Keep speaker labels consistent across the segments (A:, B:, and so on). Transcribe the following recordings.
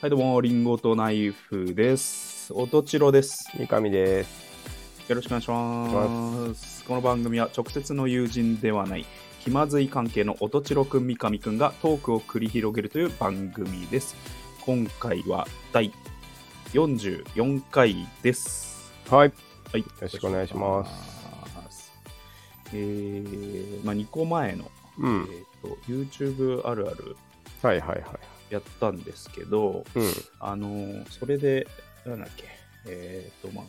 A: はい、どうも、リンゴとナイフです。おとちろです。
B: 三上です。
A: よろしくお願いします。
B: お願い
A: この番組は直接の友人ではない、気まずい関係のおとちろくん、三上くんがトークを繰り広げるという番組です。今回は第44回です。
B: はい。
A: はい、よ
B: ろしくお願いします
A: す。えー、まあ、2個前の、
B: うん。
A: えー、と YouTube あるある
B: はいはいはい。
A: やったんですけど、
B: うん。
A: あのーそれで、なんだっけ、えっ、と、まあ、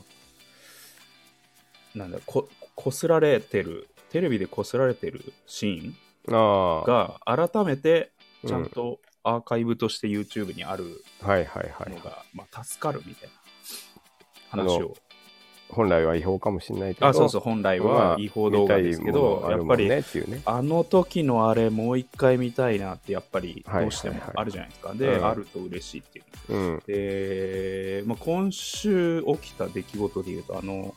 A: なんだこ、こすられてる、テレビでこすられてるシーン
B: ああ。
A: が、改めて、ちゃん
B: う
A: とアーカイブとして YouTube にある
B: んはいはいは
A: の
B: い。
A: が、まあ、助かるみたいな
B: あの
A: 話を。
B: 本来は違法かもしれないけど。
A: あそうそう、本来は違法動画ですけど、やっぱり、
B: ねっていうね。
A: あの時のあれ、もう一回見たいなって、やっぱり
B: はい
A: どうしてもあるじゃないですか。
B: は
A: で、
B: いはい
A: あると嬉しいっていう。
B: うん。
A: で、まあ、今週起きた出来事で言うと、あの、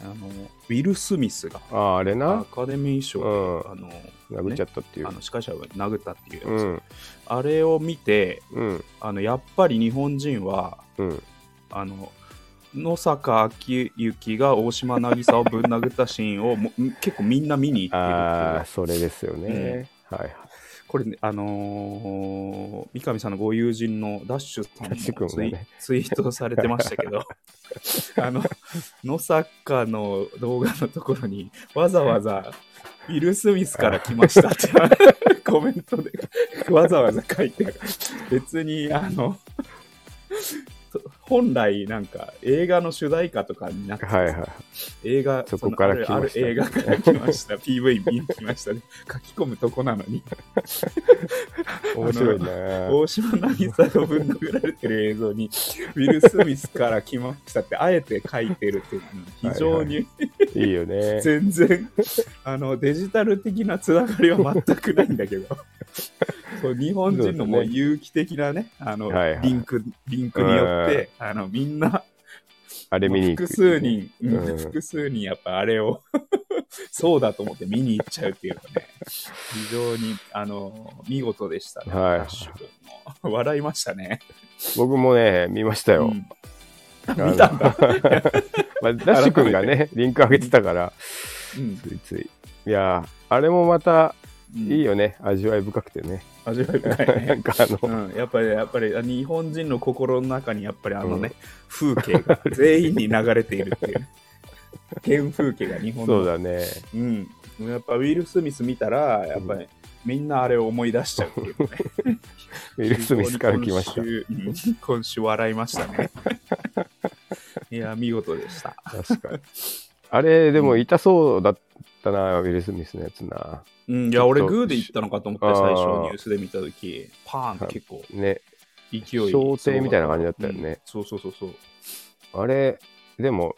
A: あのウィル・スミスが
B: ああ、あれ
A: ア
B: な。
A: カデミー賞
B: うん
A: で、あの、
B: 殴っちゃったっていう
A: あ。の司会者を殴ったっていう
B: う
A: やつ、
B: ん。
A: あれを見て、
B: うん。
A: あのやっぱり日本人は、
B: うん。
A: あの、野坂昭之が大島渚をぶん殴ったシーンをも結構みんな見に行ってるって
B: あ
A: い
B: あ、それですよね。はいはい。
A: うこれね、あのー三上さんのご友人のダッシュさん
B: ダッシュ
A: も
B: 君
A: ツイ,、
B: がね
A: ツイートされてましたけ どあの野坂の動画のところにわざわざウィル・スミスから来ましたってコメントでわざわざ書いてある別にあのと本来なんか映画の主題歌とかになって
B: はいはい。
A: 映画
B: そこから
A: の
B: 来まし
A: あるあ
B: た
A: る映画から来ました PV 見に来ましたね書き込むとこなのに
B: 面白いね。
A: 大島渚がぶん殴られてる映像 にウィル・スミスから来ましたってあえて書いてるっていうのは非常に
B: いいよね。
A: 全然あのデジタル的なつながりは全くないんだけどそう日本人のもう
B: そうですね
A: 有機的なねあの
B: はいはい
A: リンクリンクによってあのみんな
B: あれ見に行く。
A: 複数。人、
B: うん
A: うん複数人やっぱあれを そうだと思って見に行っちゃうっていうのね非常にあの見事でしたね、
B: はい
A: ダッシュ君も笑いましたね、
B: 僕もね、見ました
A: う
B: よ。
A: ん見たんだ、
B: まあ、ダッシュ君がね、リンク上げてたから、
A: うん
B: ついつい。いやー、あれもまた
A: うん
B: いいよね、味わい深くてね。
A: 味わい深い
B: な
A: ね
B: んかあ
A: う
B: の、
A: ん、やっぱり、やっぱり、日本人の心の中に、やっぱりあの ね、風景が全員に流れているっていうね、原風景が日本
B: そ
A: の
B: うだね。
A: うん、やっぱウィル・スミス見たら、やっぱりみんなあれを思い出しちゃうっていうね。
B: ウィル・スミスから来ました
A: 今。週うん今週笑いました ね。いや、見事でした。
B: 確かに。あれ、でも痛そうだったな、ウィル・スミスのやつな。
A: うん、いや、俺、グーで行ったのかと思って、
B: あー
A: 最初、ニュースで見たとき、パーンって結構
B: ね、
A: 勢い
B: 小艇みたいな感じだったよ
A: うん
B: ね。
A: そうそうそうそう。
B: あれ、でも、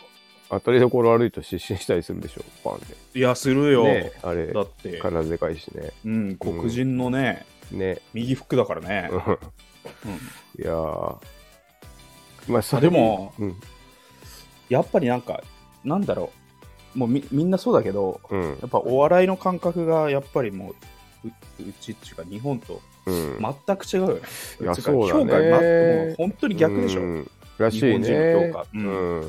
B: 当たりどころ悪いと失神したりするでしょ、パンで。
A: いや、するよ。
B: ね、あれ
A: だ、って、
B: 体でかいしね。
A: うん、黒人のね、
B: ね。
A: 右フックだからね
B: う。ん
A: うん
B: いやー。まあ、そ
A: あ
B: れ
A: で、も、
B: うん、
A: やっぱりなんか、なんだろう、もうみみんなそうだけど、
B: うん
A: や、っぱお笑いの感覚がやっぱりもうううちっていうか日本と
B: うん。
A: 全く違うよね。
B: いや
A: つか
B: そうだね
A: 評価がもう本当に逆でしょ。
B: うんらしいね。
A: 日本人の評価う
B: うんん。
A: や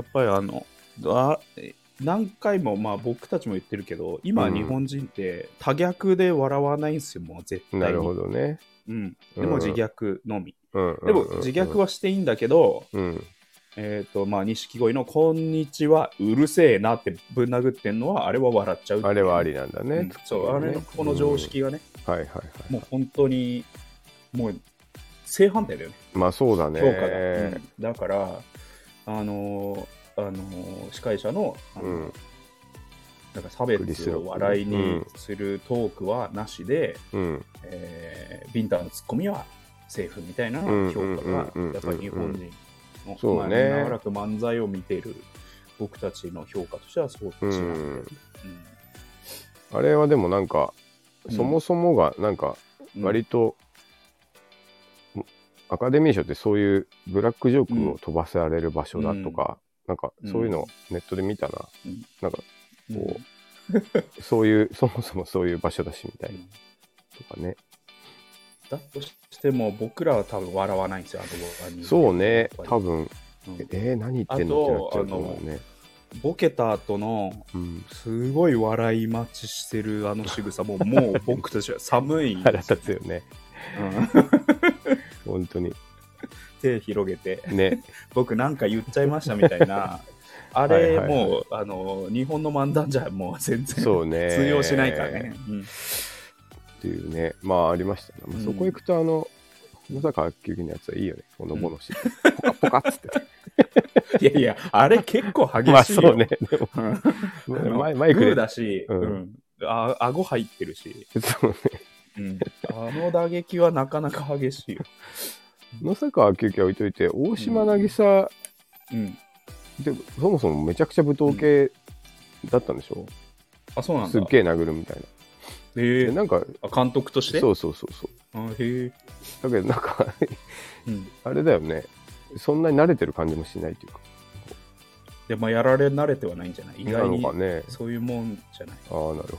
A: っぱりあのあえ何回もまあ僕たちも言ってるけど今
B: うん
A: 日本人って多逆で笑わないんですよもう絶対に
B: なるほどね。
A: うん、
B: う
A: で
B: ん
A: も自虐のみ、
B: うん
A: でも自虐、はしていいんだけど、
B: うんうんうん、
A: えっ、とまあ錦鯉の「こんにちはうるせえな」ってぶん殴ってんのはあれは笑っちゃうっていう
B: あれはありなんだね。
A: うんそうあれのこの常識がね、
B: うん。はいはいはい。
A: もう本当に、もう正反対だよね、
B: まあそうだね。
A: 評価が。うんだから、あのーあのー司会者の、あのー
B: うん
A: なんか差別を笑いにするトークはなしで、
B: うん。
A: えービンタのツッコミはセーフみたいな
B: うん
A: 評価が
B: うんうんうんうんうん
A: やっぱり日本人の、
B: そうね
A: まあ長らく漫才を見ている僕たちの評価としてはそう
B: う
A: 違う、
B: ん。
A: うん
B: あれはでもなんか、
A: うん
B: そもそもがなんか、
A: うん
B: 割と、アカデミー賞ってそういうブラックジョークを飛ばせられる場所だとか、なんかそういうのネットで見たな。
A: うん
B: なんか
A: うん
B: こ そういう、そもそもそういう場所だしみたいなとかね。
A: だとしても、僕らは多分笑わないんですよ、あと5人。
B: そうね、
A: やっぱ
B: 多
A: り
B: 分、
A: うん
B: えー、何言ってんのってなっちゃうと思うね。
A: ボケた後の、
B: うん、
A: すごい笑い待ちしてるあの仕草も、もう僕たちは寒い。
B: 腹立つよね。
A: うん
B: 本当に。
A: 手広げて、
B: ね。
A: 僕なんか言っちゃいましたみたいな。あ
B: はい
A: れ、
B: はいはい
A: もう、あの、日本の漫談じゃもう全然
B: そうね。
A: 通用しないからね。。うん
B: っていうね。まあ、ありましたね。まあ
A: うん
B: そこ行くと、あの、野坂明之のやつはいいよね。ほのぼのして。ポカポカっつって。
A: いやいや、あれ結構 激しいよ。
B: まあ、そうね。でも
A: うん。
B: マイマイク
A: グ
B: で
A: ーだし、
B: うん
A: うんあ顎入ってるし、
B: そうね。
A: うんあの打撃はなかなか激しいよ。
B: 野坂明之は置いといて、大島渚、
A: うん、
B: でもそもそもめちゃくちゃ武闘系だったんでしょ、
A: あ、そうなん
B: す
A: だ。
B: っげえ殴るみたいな。
A: え
B: でなんか、
A: あ監督として。
B: そううそうそうそ
A: あ
B: う。
A: へえ。
B: だけど、なんか、
A: うん。
B: あれだよね。そんなに慣れてる感じもしないというか。
A: で、まあ、やられ慣れてはないんじゃない意
B: な
A: 外
B: の
A: に
B: か、ね。
A: そういうもんじゃない。
B: ああ、なるほどね。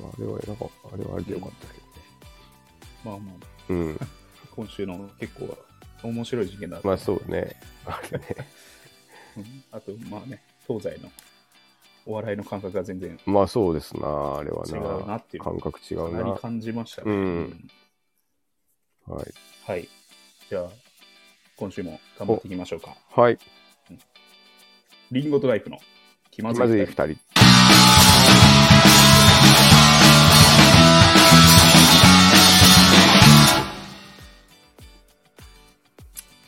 B: まあ、あれは、なんか、あれはあれでよかったけ
A: まあまあ、
B: どね。うん。
A: 今週の結構面白い事件だった。
B: まあ、そうね。 あれね。
A: うんあと、まあね、東西のお笑いの感覚が全然
B: まあ、そうですな。あれは
A: 違うな
B: な。
A: っていうの
B: 感覚違
A: を
B: う
A: かな
B: な
A: り。感じましたね。
B: うんはい。
A: はい。じゃあ、今週も頑張っていきましょうか。
B: はい。
A: リンゴとライフの気まず
B: まず
A: い二
B: い二
A: 人。
B: 人。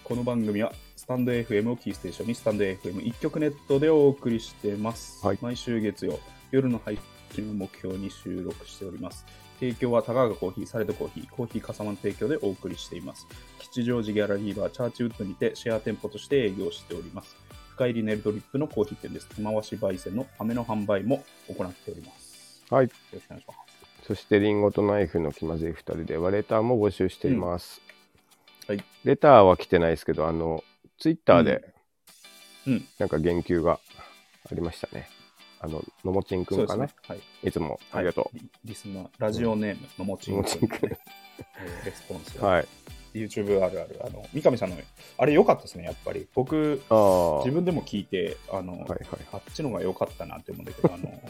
A: この番組はスタンド FM をキーステーションにスタンド FM 一曲ネットでお送りしてます。
B: はい
A: 毎週月曜、夜の配信を目標に収録しております。提供は高川コーヒー、サレドコーヒー、コーヒーかさまの提供でお送りしています。吉祥寺ギャラリーバーチャーチウッドにてシェア店舗として営業しております。深入りネルドリップのコーヒー店です。手回し焙煎の飴の販売も行っております。
B: はい
A: よろしくお願いします。
B: そして、リンゴとナイフの気まずい二人では、レターも募集しています。
A: うんはい。
B: レターは来てないですけど、あの、ツイッターで、
A: うんうん
B: なんか言及がありましたね。あの、のもちんくんかな、
A: そうですね。はい。
B: いつもありがと
A: はい。リスナー、ラジオネームのもち
B: う。のもちんくん。
A: えーレスポンス、
B: はい。
A: YouTube あるあるあの三上さんのあれ良かったですねやっぱり僕
B: ああ。
A: 自分でも聞いてあの、
B: はいはい。
A: あっちの方が良かったなって思うんだけどあの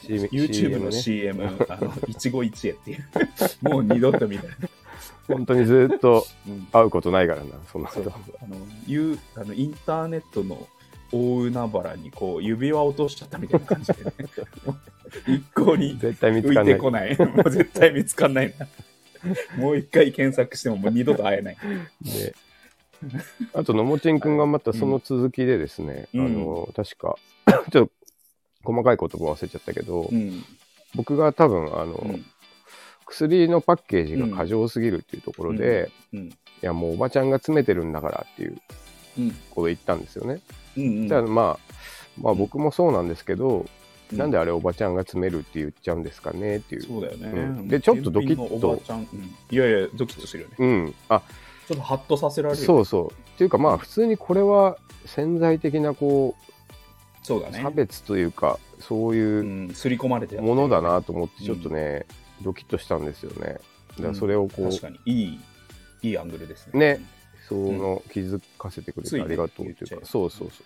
B: CM
A: YouTube の
B: ね
A: CM あの一期一会っていうもう二度と見ない、
B: 本当にずっと
A: うん、
B: 会うことないからな、その
A: そう
B: 後。
A: あのゆうあのインターネットの大海原にこう指輪落としちゃったみたいな感じでね一向に
B: 絶対見つ
A: 浮
B: か
A: い
B: んな
A: て
B: い。
A: こない。もう絶対見つかんないな。もう一回検索してももう二度と会えない。
B: であと、のもちんくんがまたその続きでですね、
A: うん
B: あの、確か、 ちょっと細かい言葉忘れちゃったけど、
A: うん。
B: 僕が多分、あの、
A: うん。
B: 薬のパッケージが過剰すぎるっていうところで、い
A: うん。
B: や、もうおばちゃんが詰めてるんだからっていう
A: うん。
B: ことを言ったんですよね。
A: うん。
B: じゃあ、まあ、まあ僕もそうなんですけど、
A: う
B: なんであれおばちゃんが詰めるって言っちゃうんですかねっていう。
A: そうだよね。
B: うんでちょっとドキッと
A: 天秤のおばちゃんうんいやいや、ドキッとするよね。
B: うん。あ、
A: ちょっとハッとさせられる。
B: そうそう。っていうかまあ普通にこれは潜在的なこ
A: そうだ
B: う
A: ね。
B: 差別というかそう
A: う。
B: いうん
A: 刷り込まれてやって
B: も
A: る
B: のだ。なと思ってちょっとねドキッとしたんですよね。だからそれをこう
A: 確かに。いい、いいアングルですね。
B: ねその気づかせてくれ
A: つい
B: て
A: ね
B: ありがとうと
A: 言っ
B: い
A: ちゃ
B: う
A: え
B: か
A: ば
B: そうそうそ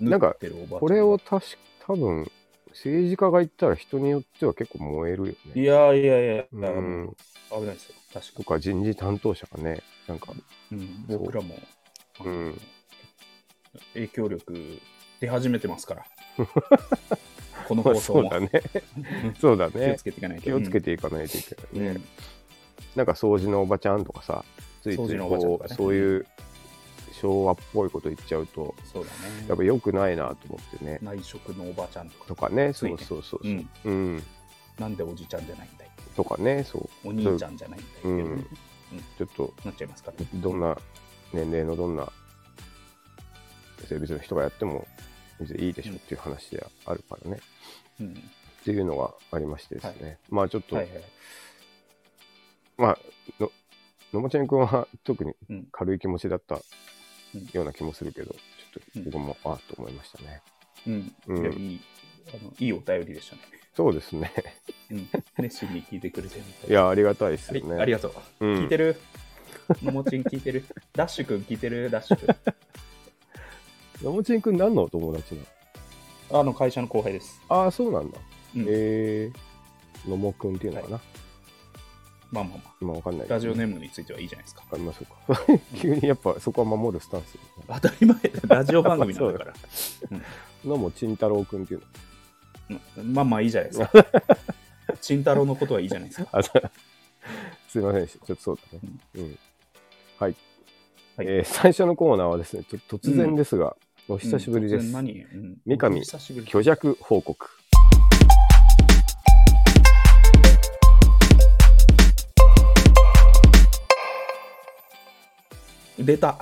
A: うん。
B: なんか
A: 縫ってるおばちゃ
B: うんこれを確か多分政治家が言ったら人によっては結構燃えるよね。
A: いやいやいや、
B: うん、
A: 危ないですよ。確か
B: とか人事担当者がねなんか
A: うん
B: そう
A: 僕らも、あの
B: うん
A: 影響力出始めてます から。この
B: まあ
A: 放送
B: そう
A: も
B: だね そう だ
A: 気を
B: ね
A: つけていかないと。
B: 気をつけていかないといけないね。なんか掃除のおばちゃんとかさ、ついつ
A: 掃除
B: い
A: のおばちゃんと
B: こ
A: か
B: う、
A: ね
B: そういう昭和っぽいこと言っちゃうと、
A: そうだ
B: やっ
A: ね。
B: ぱ良くないなと思ってね。
A: 内職のおばちゃんとか
B: と。かね、
A: ついね
B: そうそうそう
A: う
B: そう。
A: ん、
B: うん、
A: なんでおじちゃんじゃないんだい
B: とかね、そう。
A: お兄ちゃんじゃないんだいって、
B: うんちょっと、
A: なっちゃいますからね。
B: どんな、年齢のどんな性別の人がやっても、別にいいでしょっていう話であるからね。
A: うん
B: っていうのがありましてですね。まあちょっと、
A: はいはい。
B: まあ、の、のもちゃんくんは特に
A: うん
B: 軽い気持ちだった
A: うん
B: ような気もするけど、ちょっと
A: うん
B: 僕も、ああと思いましたね。
A: うん
B: うん
A: いやいいあのいいお便りでしたね。
B: そうですね。
A: うん、 熱心に聞いてくれてるみたい
B: いや、ありがたいです
A: あり
B: よね。
A: ありがとう。
B: うん
A: 聞いてる。のもちん聞いて る。ダッシュくん聞いてる。ダッシュくん。
B: のもちんくん何のお友達なの
A: あの、会社の後輩です。
B: ああ、そうなんだ。
A: うん
B: えー、のもくんっていうのかな、
A: まあまあま
B: 今わかんない
A: あ。
B: けど
A: ラジオネームについてはいいじゃないです か。
B: わかりましょうか。急にやっぱそこは守るスタンス。
A: 当たり前だよラジオ番組なんだ から。
B: のもちんたろうくんっていうの。
A: うんまあまあいいじゃないですか。慎太郎のことはいいじゃないですか。
B: あそうすいません、ちょっとそうだね。うん。はい。
A: はい
B: えー最初のコーナーはですね、ちょっと突然ですが、お 久しぶりです。
A: うん突然何、うん
B: 三上
A: 久しぶり。
B: 虚弱報告。
A: 出た。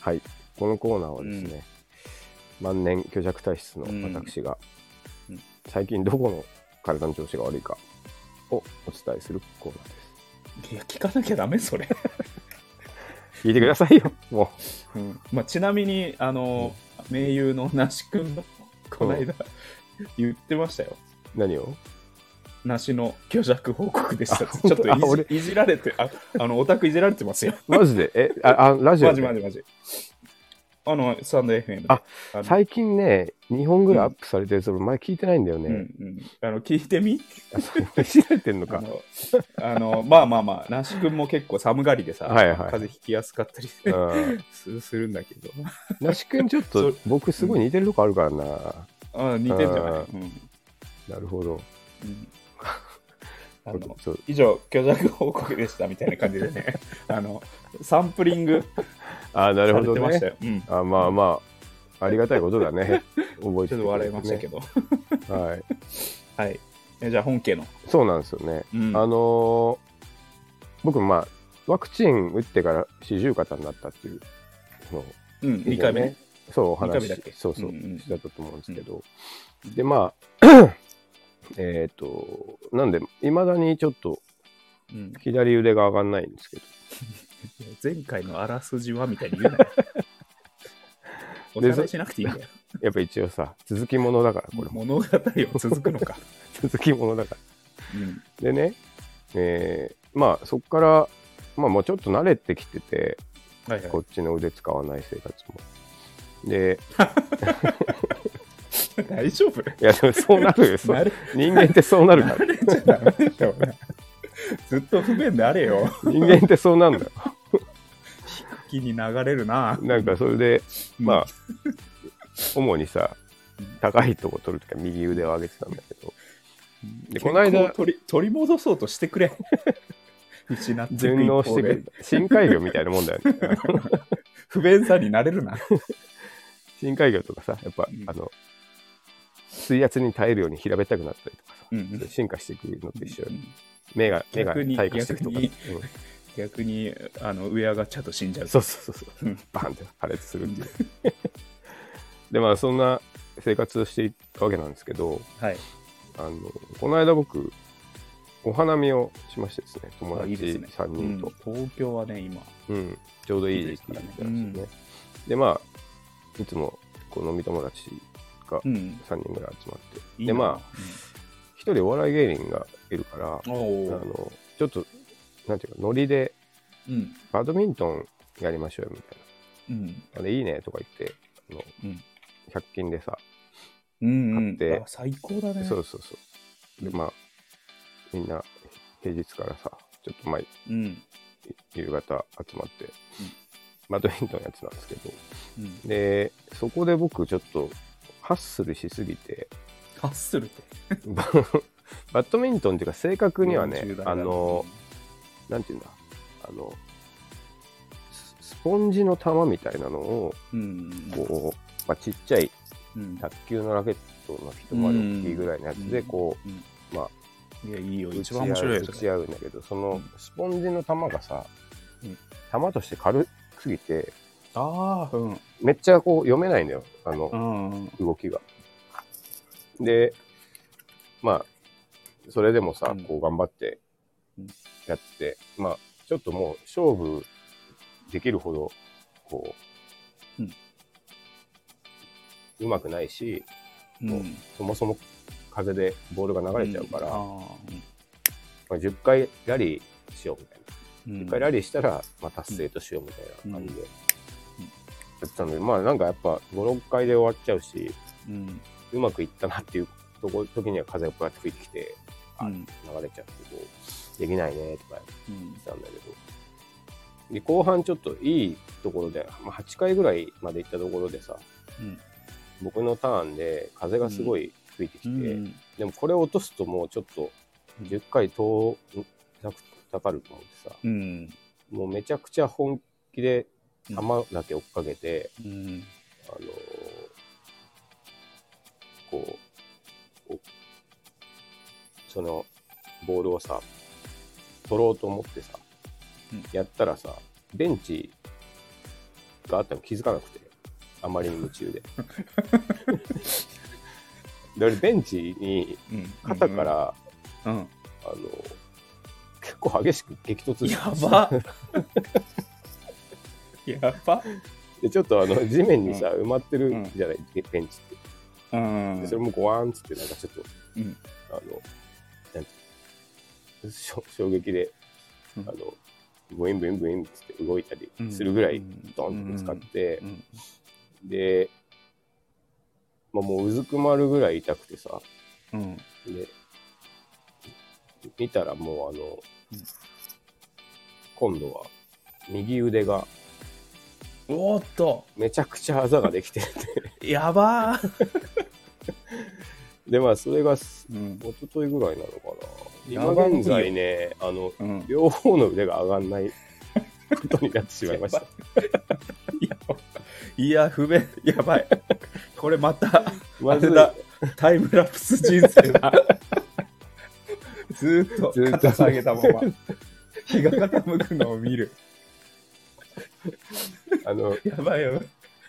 B: はい。このコーナーはですね、万年虚弱体質の私が、
A: うんうん
B: 最近どこの体の調子が悪いかをお伝えするコーナーです。
A: いや、聞かなきゃダメ、それ。
B: 聞いてくださいよ、も
A: まあ、ちなみに、あの、盟友の梨くん も、この間、言ってましたよ。
B: う。何を
A: 梨の虚弱報告でした
B: あ
A: って。ちょっとい
B: 本当あ
A: じいじられて、ああの、オタクいじられて ますよ。
B: マジでえ、あ、あラジオ
A: マ
B: で
A: ジマジマジ。あの、サンド FM で。
B: あ
A: あの
B: 最近ね、2本ぐらいアップされてるやつ、俺前聞いてないんだよ
A: うん
B: ね。
A: うん。あの、聞いてみ
B: あそう 知られてんの
A: あ
B: か。
A: の、あのまあまあまあ、梨くんも結構寒がりでさ、
B: はいはい
A: 風邪ひきやすかったり
B: うん
A: すするんだけど。
B: なし君ちょっと
A: そ
B: 僕すごい似てるとこあるからな。
A: あ似てんじゃない、
B: あ
A: うん
B: なるほど。
A: うん、あの
B: そう
A: 以上、虚弱報告でしたみたいな感じで ね、あのサンプリング
B: あ
A: さ
B: なる
A: れ
B: ほ
A: て
B: ど
A: ました
B: ね。
A: よ。うん
B: あまあまあ、ありがたいこ とだね。覚えて
A: ちょっと笑いましたけ
B: ど。
A: ど。
B: はい。
A: はい。えじゃあ本家の。
B: そうなんですよね。
A: うん
B: あのー僕、まあ、ワクチン打ってから四十肩になったっていうのを
A: うん、2回目ね。
B: そう、お
A: 二回目
B: 話
A: だっけ
B: そうそう、
A: うんうん
B: だったと思うんですけど、で、まあ、 えっ、と、なんで、いまだにちょっと
A: うん、
B: 左腕が上がんないんですけど、
A: 前回のあらすじはみたいに言うなよ。お
B: で
A: さらいしなくていいんだ よ。
B: やっぱ一応さ、続きものだから、これも、
A: 物語を続くのか。
B: 続きものだから。
A: うん
B: でね、えーまあ、そこから、まあ、もうちょっと慣れてきてて、
A: はいはい
B: こっちの腕使わない生活も。で、
A: 大丈夫
B: いや、でもそうなるよ。そう
A: 慣れ
B: 人間ってそうなるから。
A: 慣れちゃダメでしょ、俺ずっと不便であれ よ。
B: 人間ってそうなんだよ。
A: 気に流れるな。
B: なんか、それで、まあ、主にさ
A: うん、
B: 高いとこ取るときは右腕を上げてたんだけど、
A: で
B: でこの間
A: 取り取り戻そうとしてく れ失っていく
B: 順
A: 一
B: 応し
A: 方
B: てく
A: で
B: る。深海魚みたいなもんだよね。
A: 不便さになれるな
B: 深海魚とかさ、やっぱ、
A: うん
B: あの、水圧に耐えるように平べったくなったりとかさ、
A: うんうん
B: 進化していくのと一緒に、目が、目が
A: 逆に
B: 退化していくとか、
A: 逆
B: うん
A: 逆にあの上上がっちゃうと死んじゃう、
B: そうそうそうそううんバーンって破裂するっていう。で、まあ、そんな生活をしていったわけなんですけど、
A: はい
B: あの、この間僕、お花見をしましてですね、友
A: あいい
B: 達
A: ですね
B: 3人と。
A: うん東京はね今
B: うん、ちょうどいい時期なんですよね。で、まあ、いつもこう飲み友達が
A: うん
B: 3人ぐらい集まって、
A: いい
B: で、
A: な
B: まあ、一人お笑い芸人がいるから、
A: うんお
B: あ
A: お
B: の、ちょっと、なんていうか、ノリで
A: うん
B: バドミントンやりましょうよみたい
A: うん
B: な。あれいいねとか言って、あの
A: うん
B: 100均でさ、
A: うんう
B: 買
A: ん
B: って
A: あ最高だね
B: そうそうそう。で、まあ、みんな平日からさ、ちょっとまあ、
A: うん
B: 夕方集まって、バドミントンやってたんですけど、
A: うん
B: で、そこで僕ちょっとハッスルしすぎて、
A: ハッスルって
B: ババドミントンっていうか正確にはね
A: 40代、だ
B: あの、なんていうんだ、あの、ススポンジの球みたいなのを、
A: うん
B: こう、まあ、ちっちゃい
A: うん
B: 卓球のラケットの一回り大きいぐらいのやつで、
A: うん
B: こ
A: うん
B: まあ
A: いやいいよ
B: う、
A: 一番面白いや
B: 打
A: つ
B: ち合うんだけど、そのスポンジの球がさ
A: うん、
B: 球として軽すぎて、
A: ああうん
B: めっちゃこう読めないんだよ、あの、
A: うんうん
B: 動きが。で、まあ、それでもさ、
A: うん
B: こう頑張って
A: うん
B: やって、まあ、ちょっともう勝負できるほど、こう、
A: うん
B: うまくないし、
A: うん
B: そもそも風でボールが流れちゃうから、
A: んあ
B: ま
A: ー
B: あ、10回ラリーしようみたいな。
A: うん
B: 一回ラリーしたら、まあ、達成としようみたいな感じで、やってたので、まあ、なんかやっぱ5、6回で終わっちゃうし、
A: うん
B: うまくいったなっていうとこ時には風がこうやって吹いてきて、
A: うん
B: 流れちゃって、こう、できないねとか言っ
A: うん
B: てたんだけど、で後半ちょっといいところで、まあ、8回ぐらいまで行ったところでさ、
A: うん
B: 僕のターンで風がすごい吹いてきて、
A: うん
B: でもこれを落とすともうちょっと10回遠ざかると思ってさ、
A: うん
B: もうめちゃくちゃ本気で球だけ追っかけて、
A: うん
B: あのーこう、おそのボールをさ、取ろうと思ってさ、
A: うん
B: やったらさ、ベンチがあったの気づかなくて、あまりに夢中 で。で、俺ベンチに
A: うん
B: 肩から、
A: うん
B: あのー結構激しく激突
A: やば やば
B: でちょっとあの地面にさ、埋まってる
A: うん
B: じゃない、ベンチって。
A: うん
B: でそれもこうワーンっつってなんかちょっと、
A: うん
B: あのなんていうのしょ衝撃で、
A: うん
B: あのブインブインブインっつって動いたりするぐらい、ドンとぶつかって
A: う、ん
B: で、まあ、もううずくまるぐらい痛くてさ
A: うん
B: で見たらもうあの、
A: うん
B: 今度は右腕が
A: おーっと
B: めちゃくちゃあざができて
A: やばー
B: でまあそれがす
A: うん
B: 一昨日ぐらいなのか
A: や
B: な
A: ば
B: 今
A: いよ
B: 現在ねあの
A: うん
B: 両方の腕が上がんないことになってしまいました。
A: いや不便やばいこ れまた
B: ま
A: あ
B: ず
A: れだタイムラプス人生 だ。ずーっと
B: ずーっと
A: 肩下げたま ま。日が傾くのを見る。
B: あの、
A: やばいよ。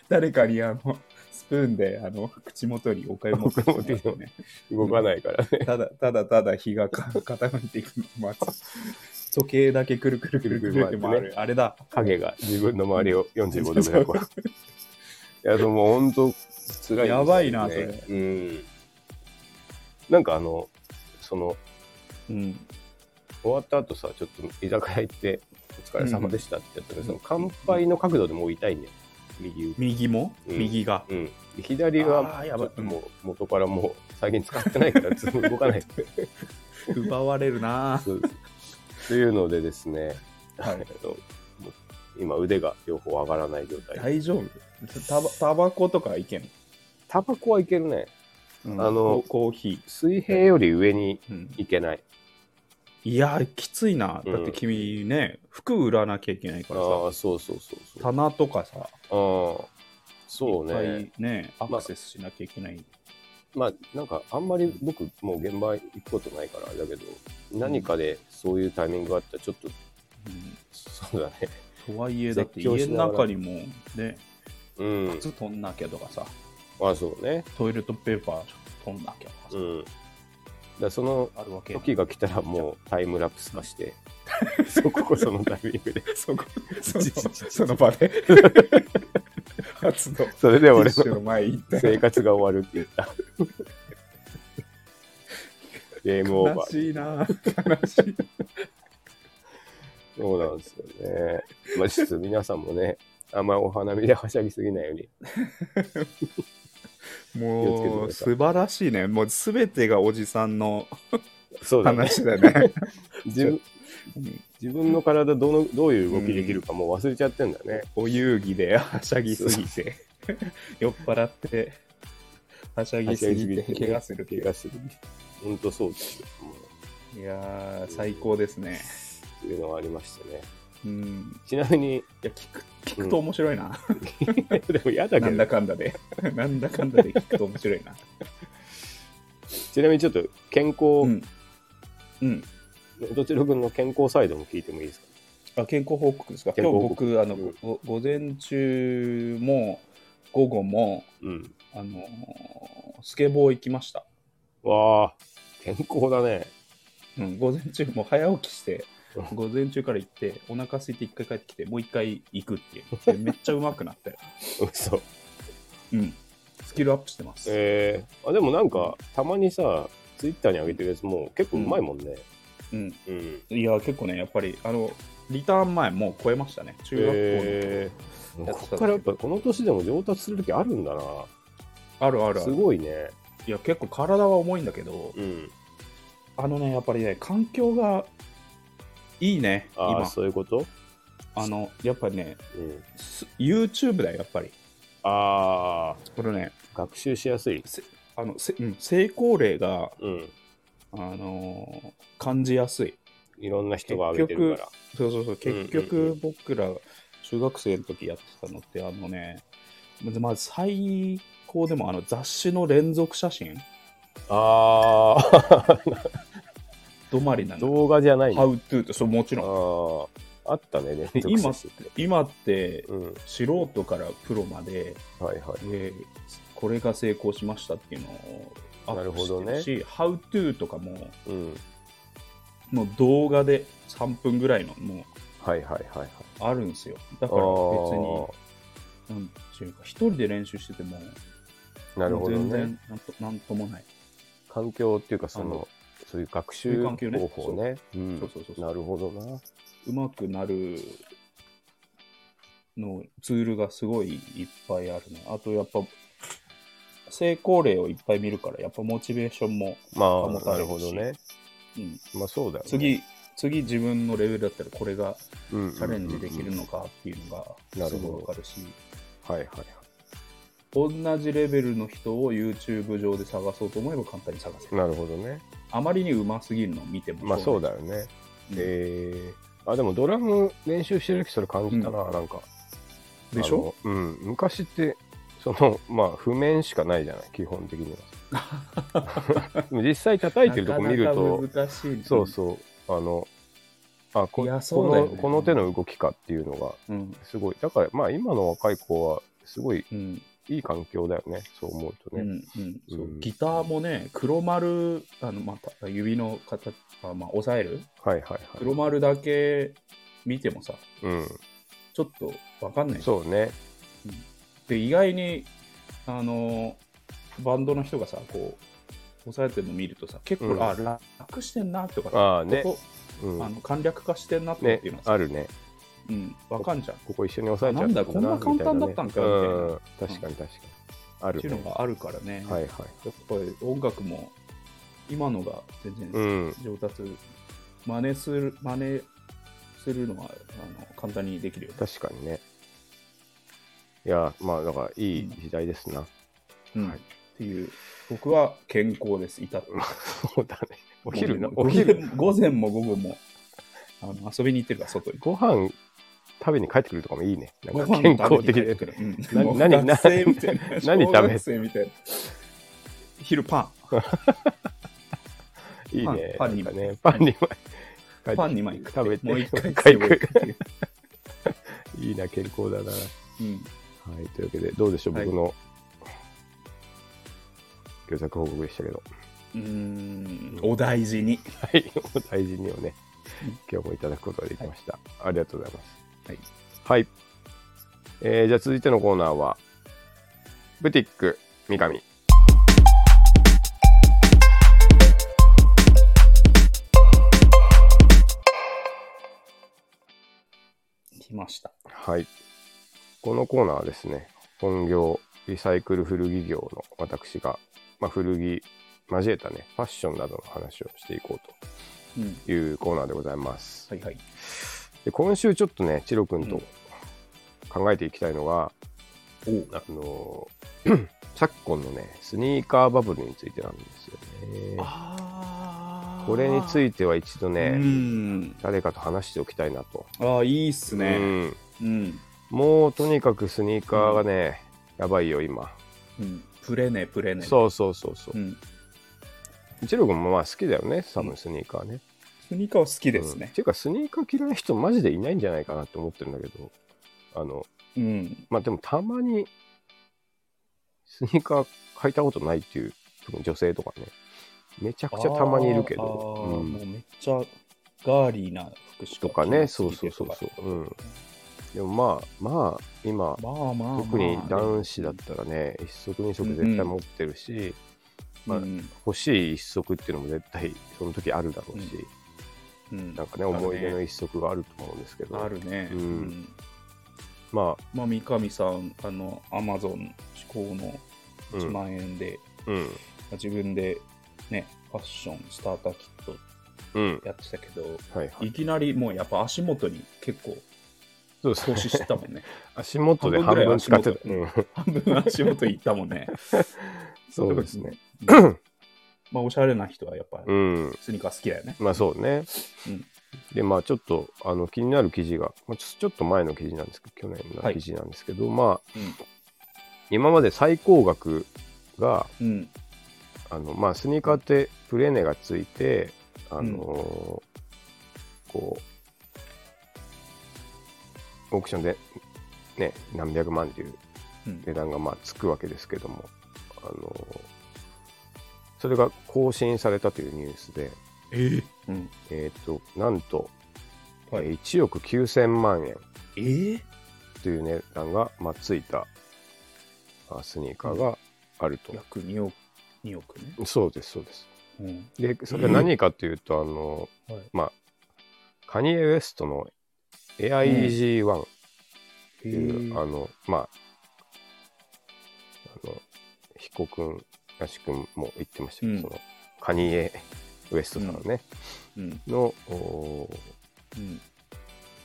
A: 誰かにあの、スプーンであの、口元におかゆ持ってきてもらって ね。
B: 動かないから ね。
A: ただ、ただただ日がか傾いていくのを待つ。時計だけくるくるくるくるって回
B: くるくる回って
A: る。あれだ。
B: 影が自分の周りを45度ぐらいこ う。いや、でも本当、辛い、ね。
A: やばいなそれ
B: うん。なんかあの、その、
A: うん。
B: 終わった後さ、ちょっと居酒屋行って、お疲れ様でしたってやったら、
A: うん
B: その乾杯の角度でもう痛いんだよ。右腕。
A: 右も
B: うん
A: 右が。
B: うん。で左
A: あ
B: は
A: ー
B: ち
A: やば
B: ょ
A: い
B: っともう元からもう最近使ってないから ずっと動かない。
A: 奪われるな
B: そうですというのでですね、
A: はい
B: あのもう今腕が両方上がらない状態。
A: 大丈夫タバタバコとかいけん
B: タバコはいけるね。
A: うん
B: あの
A: コーヒ
B: 水平より上に
A: ー。うん
B: いけない。
A: いやー、きついな。
B: うん
A: だって君ね、服売らなきゃいけないから
B: あ
A: さ、
B: あ、そうそうそうそう。あ
A: 棚とかさ、
B: あ、そう
A: い
B: ね
A: っ。ぱいね、ア
B: まあ
A: クセスしなきゃいけない。
B: まあなんかあんまり僕もう現場行くことないからあれだけど、何かでそういうタイミングがあったらちょっと
A: うん
B: そうだね。
A: とはいえ、だって
B: 絶叫
A: 家
B: しながら
A: の中にもね、
B: うん。
A: 靴取んなきゃとかさ、
B: まあそうね。
A: トイレットペーパー取んなきゃとか
B: う
A: さ、
B: ん。だからその
A: あるわけやん。
B: 時が来たらもうタイムラプス 化して、そここそのタイミングで。
A: そ こ、そ
B: ちちち
A: のその場で。初のテ
B: それで
A: ィッ
B: 俺
A: シュ
B: の
A: の前行って。
B: 生活が終わるって言った。ゲームオーバ
A: 悲
B: ー。
A: しいな悲しい。
B: そうなんですよね。まあ、ちょっと皆さんもね、あんまりお花見ではしゃぎすぎないように。気を
A: もう、
B: つけて
A: 素晴らしいね。もう、すべてがおじさんの
B: そうだね。
A: 話だね。
B: 自分
A: うん
B: 自分の体どの、どういう動きできるかもう忘れちゃってんだね。
A: お遊戯ではしゃぎすぎて、酔っ払って、はしゃぎすぎて、怪我する
B: 怪我する。ほんとそうですよ。も
A: いやー、最高ですね。
B: うっていうのはありましたね。
A: うん。
B: ちな みに、
A: いや、聞く、聞くと面白いな。
B: でも嫌だ
A: なん
B: けど
A: だ、かんだで。なんだかんだで聞くと面白いな。
B: ちなみにちょっと健
A: う
B: 康、
A: ん。うん。
B: どちら君の健康サイドも聞いてもいいですか
A: あ健康報告ですか
B: 健
A: 今
B: 康
A: 日
B: 報告
A: 僕、あの、
B: うん
A: ご午前中も、午後も、
B: うん。
A: あのースケボー行きました。
B: わあ、健康だね。
A: うん、午前中もう早起きして
B: う、
A: 午前中から行って、お腹空いて一回帰って きて、もう一回行くっていう。でめっちゃうまくなったよ。
B: 嘘。
A: うん。スキルアップしてます。
B: えー、あでもなんかたまにさツイッターに上げてるやつも結構うまいもんね
A: うん、
B: うん、
A: いや、結構ね、やっぱり、あの、リターン前、もう超えましたね。中学校の、
B: えー、
A: やってたんだけど
B: ここからやっぱこの年でも上達する時あるんだな
A: あるあるあ
B: す
A: る。
B: ごいね
A: いや、結構体は重いんだけど、
B: うん
A: あのね、やっぱりね、環境がいいね、
B: ああ
A: 今。
B: そういうこと、
A: あの、やっぱりね、
B: うん、
A: す YouTube だよ、やっぱり。
B: ああ
A: これね、
B: 学習しやすい
A: あのせうん、成功例が、
B: うん
A: あのー感じやすい。
B: いろんな人が上げてるから
A: そうそうそう、結
B: うんうんう
A: 局僕ら中学生の時やってたのって、あのね、まずまず最高でもあの雑誌の連続写真
B: ああ
A: 止まりなの。
B: 動画じゃないんだ
A: How to って、そうもち
B: あ
A: ろん。
B: ーあったねね
A: で今今って
B: うん
A: 素人からプロまで、
B: はいはい
A: えーこれが成功しましたっていうのをアップしてるし、How to とかも
B: うん
A: もう動画で3分ぐらいのもう
B: はいはいはいはい
A: あるんですよ。だ
B: あ
A: から別に
B: ー、
A: なんていうか、一人で練習してても、
B: なるほど
A: 全
B: ね
A: 然なんとなんともない。
B: 環境っていうかそ
A: あ
B: の
A: の
B: そういう学習
A: そういう環境ね
B: 方法ねうん
A: そうそうそうそう
B: なるほどな
A: うまくなるのツールがすごいいっぱいあるね。あとやっぱ成功例をいっぱい見るから、やっぱモチベーションも、
B: ま
A: 保
B: あ
A: たれ
B: なる
A: るし
B: ほどね
A: うん
B: まあそうだよね
A: 次、次自分のレベルだったらこれが
B: うんうんうんうん
A: チャレンジできるのかっていうのが
B: な
A: す
B: るほど
A: ぐわかるし、
B: はいはいはい
A: 同じレベルの人を YouTube 上で探そうと思えば簡単に探せる。
B: なるほどね
A: あまりにうますぎるのを見ても
B: まあそう
A: だ
B: だよね
A: し、うん
B: えーあでもドラム練習してる時それ感じたななんか
A: でしょ
B: あのうん昔ってその まあ譜面しかないじゃない基本的に はでも実際叩いてるとこ見ると
A: なかなか難しいね
B: そうそうあのあこ
A: いや
B: こ
A: そうだよ
B: の
A: ね
B: この手の動きかっていうのが
A: う。うん。
B: すごいだからまあ今の若い子はすごい
A: うん。
B: いい環境だよねそう思うと
A: う
B: ね、
A: んうんそう
B: うん
A: ギターもね、黒丸、あのまた指の形、あまあ、押さえる、
B: はいはいは
A: 黒丸だけ見てもさ、
B: い、う
A: ちょっとわかんないじ
B: ん、
A: ゃん
B: そうね
A: で、意外に、あのーバンドの人がさ、こう、押さえてるの見るとさ、結構、
B: うん
A: あ、楽してんなとかさ、
B: ああね
A: ここ
B: うん
A: あの簡略化してんなとかっ
B: ね
A: ていうのはさ、
B: あるね
A: うん、わかんじゃんっ
B: ここ一緒に押さえちゃう
A: なんだこんな簡単だったんかみたいな
B: うん、確かに確かにある
A: ていうのがあるからね、
B: はい
A: や
B: はい
A: っぱり音楽も、今のが全然
B: うん
A: 上達真似する真似するのはあの簡単にできるよね、
B: 確かにねいやまあだからいい時代ですな、
A: うんっていう僕は健康ですいたって
B: そうだねお昼の
A: もう
B: お昼
A: 午前も午前も午後もあの遊びに行ってるから外に
B: ご飯食べに帰ってくるとかもいいね。な
A: ご
B: んか
A: 飯
B: 健康的
A: 食べ
B: で
A: て。帰ってくる
B: な
A: うんもう
B: 何
A: 学生みたいな
B: 何
A: 小
B: 食べ
A: 学生みたいな昼パ
B: いいね。
A: パンパン二枚
B: なんかね。パン2枚。
A: ンパン2枚食って
B: 食べて。
A: もう一回
B: もう一
A: 食べ
B: 回
A: て
B: 食ういいな、健康だ
A: う
B: な。
A: ん
B: はい。というわけで、どうでしょう、
A: はい
B: 僕の。旧作報告でしたけど。
A: うーんお大事に
B: はい。お大事にをね
A: うん、
B: 今日もいただくことができました。ありがとうございます。
A: はい
B: はい。えーじゃあ続いてのコーナーは、ブティック三上。
A: 来ました
B: はい。このコーナーはですね、本業、リサイクル古着業の私が、まあ、古着交えたね、ファッションなどの話をしていこう
A: うん
B: というコーナーでございます。
A: はいはい
B: で今週ちょっとね、チロ君
A: う
B: と
A: ん
B: 考えていきたいのが、
A: おう
B: あの ー昨今のね、スニーカーバブルについてなんですよね。
A: あー
B: これについては一度
A: う
B: ね、
A: ん
B: 誰かと話しておきたいなと。
A: ああいいっす
B: う
A: ね
B: ん
A: うん、
B: もうとにかくスニーカーがね、やばいよ、今。
A: うん、プレねプレね
B: そうそうそうそう
A: う。ん、
B: 一郎君もまあ好きだよね、多分スニーカーね。
A: スニーカーは好きで
B: うん
A: すね
B: っ。ていうか、スニーカー嫌いな人、マジでいないんじゃないかなって思ってるんだけど、あの、
A: うん。
B: まあでもたまに、スニーカー履いたことないっていう、特に女性とかね、めちゃくちゃたまにいるけ
A: あ
B: ど
A: ー、
B: うん
A: もうめっちゃガーリーな服しか
B: とかね、そうそうそうそう。うん、でもまあ、まあ、今、
A: まあまあ、まあ、
B: 特に男子だったらね、一足二足絶対持ってるし、まあ
A: うん
B: 欲しい一足っていうのも絶対その時あるだろうし、
A: うん
B: なんかね、思い出の一足があると思うんですけど、
A: あるね、
B: うん
A: うん
B: まあ、
A: まあ、三上さん、あの、アマゾン志向の
B: うん
A: 1万円で、
B: うん、
A: まあ自分でね、ファッション、スターターキット
B: うん、
A: やってたけど、
B: はいはい
A: いきなりもうやっぱ足元に結構
B: そう
A: 投資してたもんね。
B: 足元で半
A: 半分ぐら
B: 分
A: い
B: 使ってた
A: 足。半分足元いったもんね。
B: そうですね。
A: うん。まあ、おしゃれな人はやっぱ
B: う、ん、うん
A: スニーカー好きだよね。
B: まあそうね。
A: うん
B: で、まあちょっとあの気になる記事が、まあ、ちょちょっと前の記事なんですけど、去年の記事なんですけど、まあ、
A: うん
B: 今まで最高額が、
A: うん。
B: あのまあ、スニーカーってプレネがついて、あのーこうオークションで、ね、何百万っていう
A: うん
B: 値段がまあつくわけですけども、あのーそれが更新されたというニュースで、
A: えうん。
B: えー、となんと、
A: はい
B: えー1億9000万円
A: えー
B: という値段が、まあ、ついたあスニーカーがあると。
A: 約2億、2億ね。
B: そうです、そうです。
A: うん。
B: で、それは何かというと、あのー
A: はい。
B: カニエ・ウェストの AIEG1 っていう、
A: え
B: あの、まあ、あの、彦君、し君も言ってましたけど、
A: うん
B: その、カニエ・ウェストさんのね、
A: うん。
B: の、お
A: うん。
B: ー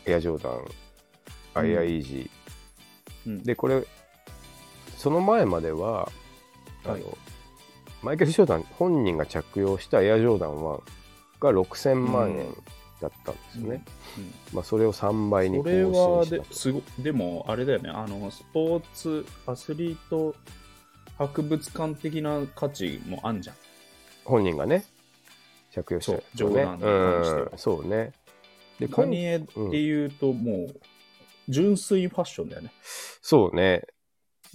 B: エアジョーダン、AIEG、
A: うん、
B: で、これ、その前までは、あの、
A: はい
B: マイケル・ジョーダン本人が着用したエアジョーダン1が6000万
A: う
B: 円
A: ん
B: だったんですよね。
A: うん。
B: まあ、それを3倍に
A: こ
B: 更
A: れは
B: 新した
A: で
B: と。
A: すごでもあれだよねあのスポーツアスリート博物館的な価値もあんじゃん
B: 本人がね、着用したやつ
A: そう冗談に関しては
B: うんそうね。で、
A: カ
B: 今
A: ニエっていうともう純粋ファッションだよね、
B: そうね、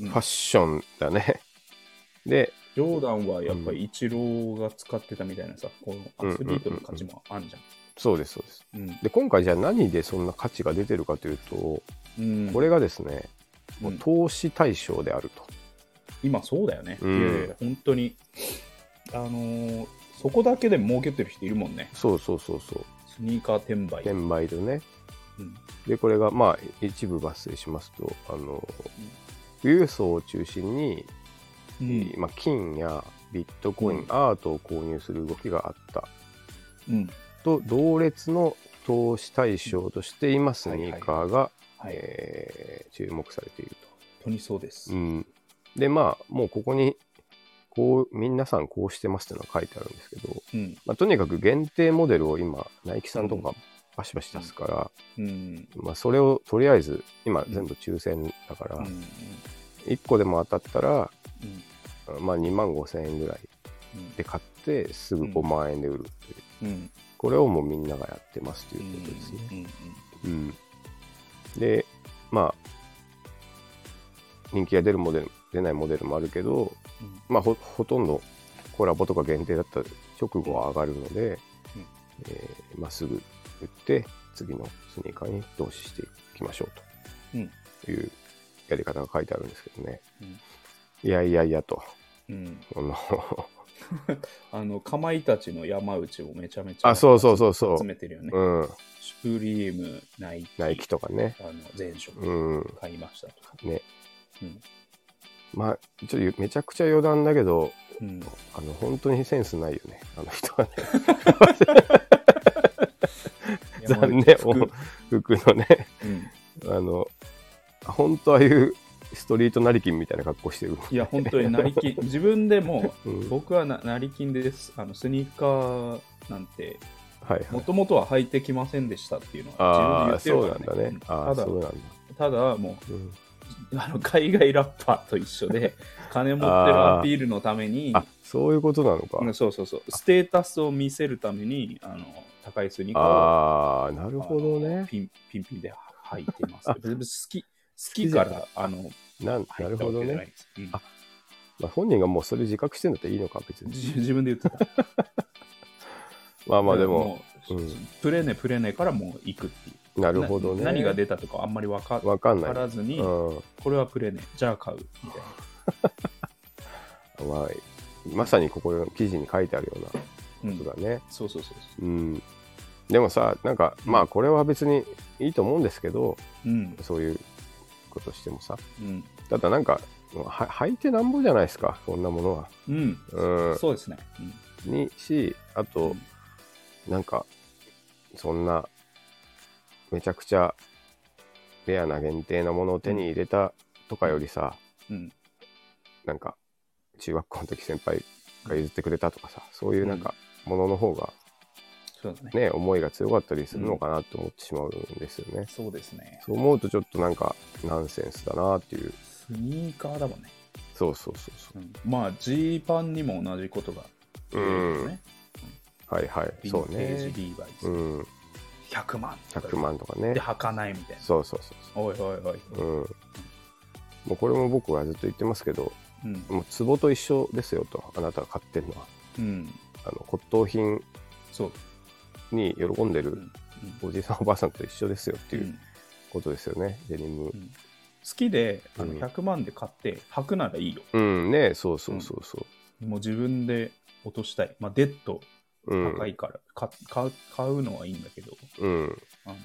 A: うん
B: ファッションだね。 で、
A: ジョーダンはやっぱりイチローが使ってたみたいなさこのアスリートの価値もあんじゃん
B: そうです、そうです。
A: うん
B: で、今回じゃあ何でそんな価値が出てるかというと、
A: うん
B: これがですね、もう
A: うん
B: 投資対象であると。
A: 今そうだよね、
B: うん
A: いやいやいや本当にあのーそこだけで儲けてる人いるもんね
B: そうそうそうそう。
A: スニーカー転売
B: 転売でね。
A: うん
B: で、これが、まあ、一部抜粋しますと、あの、富裕層を中心に、
A: うん
B: まあ、金やビットコイン、
A: うん
B: アートを購入する動きがあった
A: うん
B: と同列の投資対象として今スニーカーが、
A: はい、
B: えー注目されている
A: 本当にそうです
B: と、うん、でまあもうここにこう皆さんこうしてますっていうのが書いてあるんですけど、
A: うん
B: まあ、とにかく限定モデルを今ナイキさんとかバシバシ出すから、
A: うん
B: まあ、それをとりあえず今全部抽選だから、
A: うん
B: 1個でも当たったら、
A: うん
B: まあ、2万5千円ぐらいで買ってすぐ5万円で売るって
A: う
B: いう、
A: ん
B: これをもうみんながやってますということですね。うん、でまあ人気が出るモデル出ないモデルもあるけど、まあ、ほほとんどコラボとか限定だったら直後は上がるので、
A: うん
B: えーまあ、すぐ売って次のスニーカーに投資していきましょう
A: うん
B: というやり方が書いてあるんですけどね、
A: うん
B: いやいやいやと
A: うん
B: あ の
A: あのかまいたちの山内をめちゃめちゃ
B: あそうそうそうそう
A: 集、めてるよね、
B: うん、
A: シュプリームナイキ
B: ナイキとかね
A: あの前職
B: うん
A: 買いましたとか、
B: ね
A: うん
B: まあちょっとめちゃくちゃ余談だけど
A: うん、
B: あの本当にセンスないよね、あの人はね。 残念、
A: 山内服
B: 服のね、
A: うん、
B: あの、本当ああいうストリート成金みたいな格好してる。
A: いや本当になり き自分でも
B: うん、はい
A: 僕はな成金ですあのスニーカーなんて
B: はい。
A: もともとは履いてきませんでしたっていうの
B: あ
A: は
B: あ、
A: 自分
B: そう
A: で言
B: な
A: って
B: ん
A: る
B: だ
A: からね
B: ね。ああ、
A: ただ
B: そうなんだ。
A: ただもう
B: うん
A: あの海外ラッパーと一緒 で金持ってるアピールのために
B: あ、そういうことなのか
A: う。んそうそうそうステータスを見せるためにあの高いスニーカーを
B: ああ、なる
A: な
B: ほどね。
A: ピンピンピンで履いてます。別に好き好きからあの
B: なん
A: 履
B: ないる
A: た
B: ほ
A: わ
B: ど
A: けじゃない
B: ね。
A: です。うん
B: あまあ、本人がもうそれ自覚してんだったらいいのか、別に。
A: 自自分で言ってた。
B: まあまあ、でも、
A: う
B: うん
A: プレネプレネからもう行くっていう。
B: なるほどね。
A: な何が出たとかあんまり分か
B: わかんない。
A: 分からずに、
B: うん
A: これはくれねえじゃあ買うみたいな
B: わいまさにここの記事に書いてあるようなこ
A: うん、
B: とだね。
A: そうそうそうそ
B: うん。でもさ、なんか、まあこれは別にいいと思うんですけど、
A: ううん
B: そういうことしてもさ。
A: うん
B: ただなんか、は履いてなんぼじゃないですか、そんなものは。
A: うん
B: う
A: そうですね、うん
B: ん。にし、あと、なんか、そんな、めちゃくちゃレアな限定なものを手に入れたとかよりさ、
A: うん
B: なんか、中学校の時先輩が譲ってくれたとかさ、そういうなんか、ものの方が
A: そうですね
B: ね、思いが強かったりするのかなと思ってしまうんですよね。
A: そうですね
B: そう思うとちょっとなんか、ナンセンスだなっていう。
A: スニーカーだもんね、
B: そうそうそうそ
A: うんまあジーパンにも同じことが
B: う。
A: 言えるんです
B: うん。
A: ね、
B: はいはい。
A: ヴィ
B: そ
A: ン
B: う
A: テー
B: ね。
A: ジリーバイス、
B: うん。
A: 100万
B: 100万とかね
A: で。履かないみたいな
B: そうそうそ
A: おいおいおい、
B: うそう。うん。もうこれも僕はずっと言ってますけど、
A: うん
B: もうツボと一緒ですよと、あなたが買ってるのは。
A: うん、
B: あの骨董品
A: そう
B: に喜んでる
A: んうん
B: おじいさんおばあさんと一緒ですよっていううんことですよね、デニム
A: う。ん好きであの
B: うん
A: 100万で買って履くならいいよ
B: うん、ねそうそうそうそ
A: もう自分で落としたいまあデッド
B: う。うん。
A: 高いから、か買う買うのはいいんだけど
B: うん。
A: あの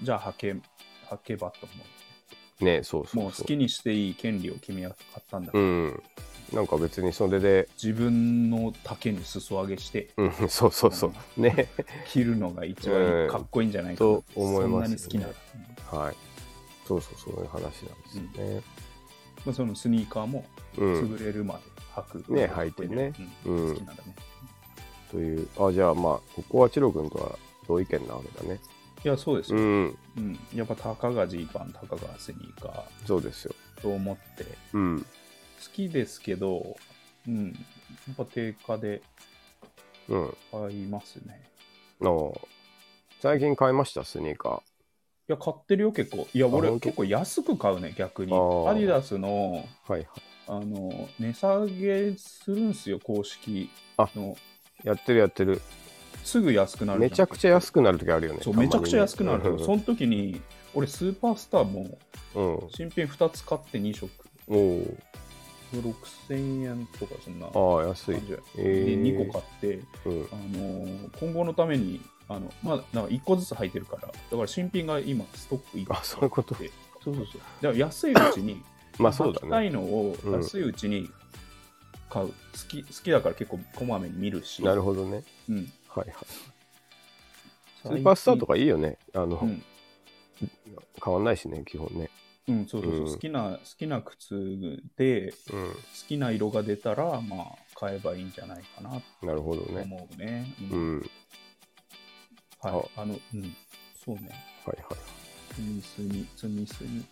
A: じゃあ履け履けばと思
B: ねそう
A: う
B: そうそう。
A: もう好きにしていい権利を君は買ったんだか
B: う
A: ら、
B: ん。なんか別にそれで、
A: 自分の丈に裾上げして
B: うん、 そうそうそう。ね。
A: 着るのが一番かっこいいんじゃないかな、
B: うんと思
A: そ
B: います
A: んなに好きなら、
B: はい。そうそう、そういう話なんですよね。
A: まあ、そのスニーカーも
B: うん。
A: 潰れるまで履く、
B: ね履いてね
A: うん
B: うん
A: 好きなんだね
B: という、あ、じゃあまあ、ここはチロ君とは同意見なわけだね。
A: いやそうです
B: う
A: よ、
B: ん。
A: うんやっぱたかがジーパンたかがスニーカ
B: そうですよ。
A: ーと思って好
B: うん。
A: きですけど、うん、やっぱ定価で
B: うん。
A: 買いますね
B: の最近買いました、スニーカ
A: いや買ってるよ結構いや俺
B: あ本当
A: 結構安く買うね逆に
B: あー
A: アディダスの
B: ー。はいはい。
A: あの値下げするんすよ公式の
B: やってるやってる。
A: すぐ安くなる
B: めちゃくちゃ安くなる時あるよね。
A: そう
B: たま
A: め
B: にね
A: ちゃくちゃ安くなる
B: う
A: よ
B: ん
A: その時に俺スーパースターも
B: うん。
A: 新品2つ買って2色
B: おー
A: 6000円とかそんな感
B: ああ、安い。
A: じで
B: えー
A: 2個買って、
B: うん。
A: あのー今後のためにあのまあなんか1個ずつ入ってるからだから新品が今ストック1個
B: あ、そうい うこと。
A: そうそうそうだから安いうちに
B: まあそうだ
A: 履きた
B: ね。
A: いのを
B: うん
A: 安いうちに買う、好き好きだから結構こまめに見るし
B: なるほどね。
A: うん、
B: はいはい。スーパースターと
A: か、
B: かいいよね。あの、
A: うん
B: 変わんないしね、基本ね。
A: うん、そうそうそう、
B: うん
A: 好きな好きな靴で好
B: う
A: きな色が出たらまあ買えばいいんじゃないかなと
B: ん。なるほどね。
A: 思うね、
B: う
A: うん
B: ん。はい
A: はいあのうんそうね
B: はい。
A: スニスニスニスニ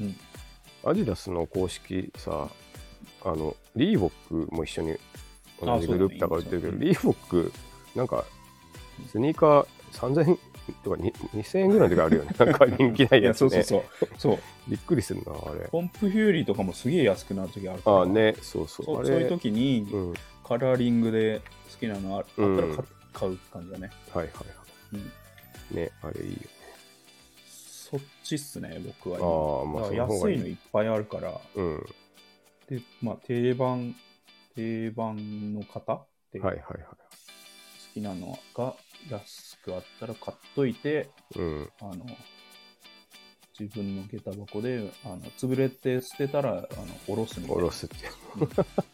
A: うん
B: アディダスの公式さ、あの、リーボックも一緒に同じグループだから売ってるけ
A: あそ
B: ど、
A: うだ
B: リーボック、なんか、スニーカー3000円とかに2000円ぐらいの時ある よね。なんか人気ない
A: いや
B: やつ
A: そうそ
B: ね
A: う。そうそう
B: びっくりするな、あれ。
A: ポンプヒューリーとかもすげえ安くなる時あるから
B: ああね、そうそ。
A: そう
B: あ
A: うそういう
B: れ、
A: 時に、
B: うん。はい
A: カラーリングで好きなのああったら買,、
B: うん
A: 買うって感じだね、
B: はいは
A: うん、
B: い。ね、あれいいよ。
A: そっちっすね僕は
B: ああ、ま
A: だ
B: あ、そ
A: か
B: の
A: ら
B: 方
A: 安
B: がい
A: い
B: い
A: の。いっぱいあるから
B: うん。
A: で、まあ、定番定番の方って
B: はいはい
A: 好
B: はい。
A: きなのが安くあったら買っといて
B: うん。
A: あの自分の下駄箱であの潰れて捨てたらあの下ろすみたい
B: お
A: な
B: ろすって。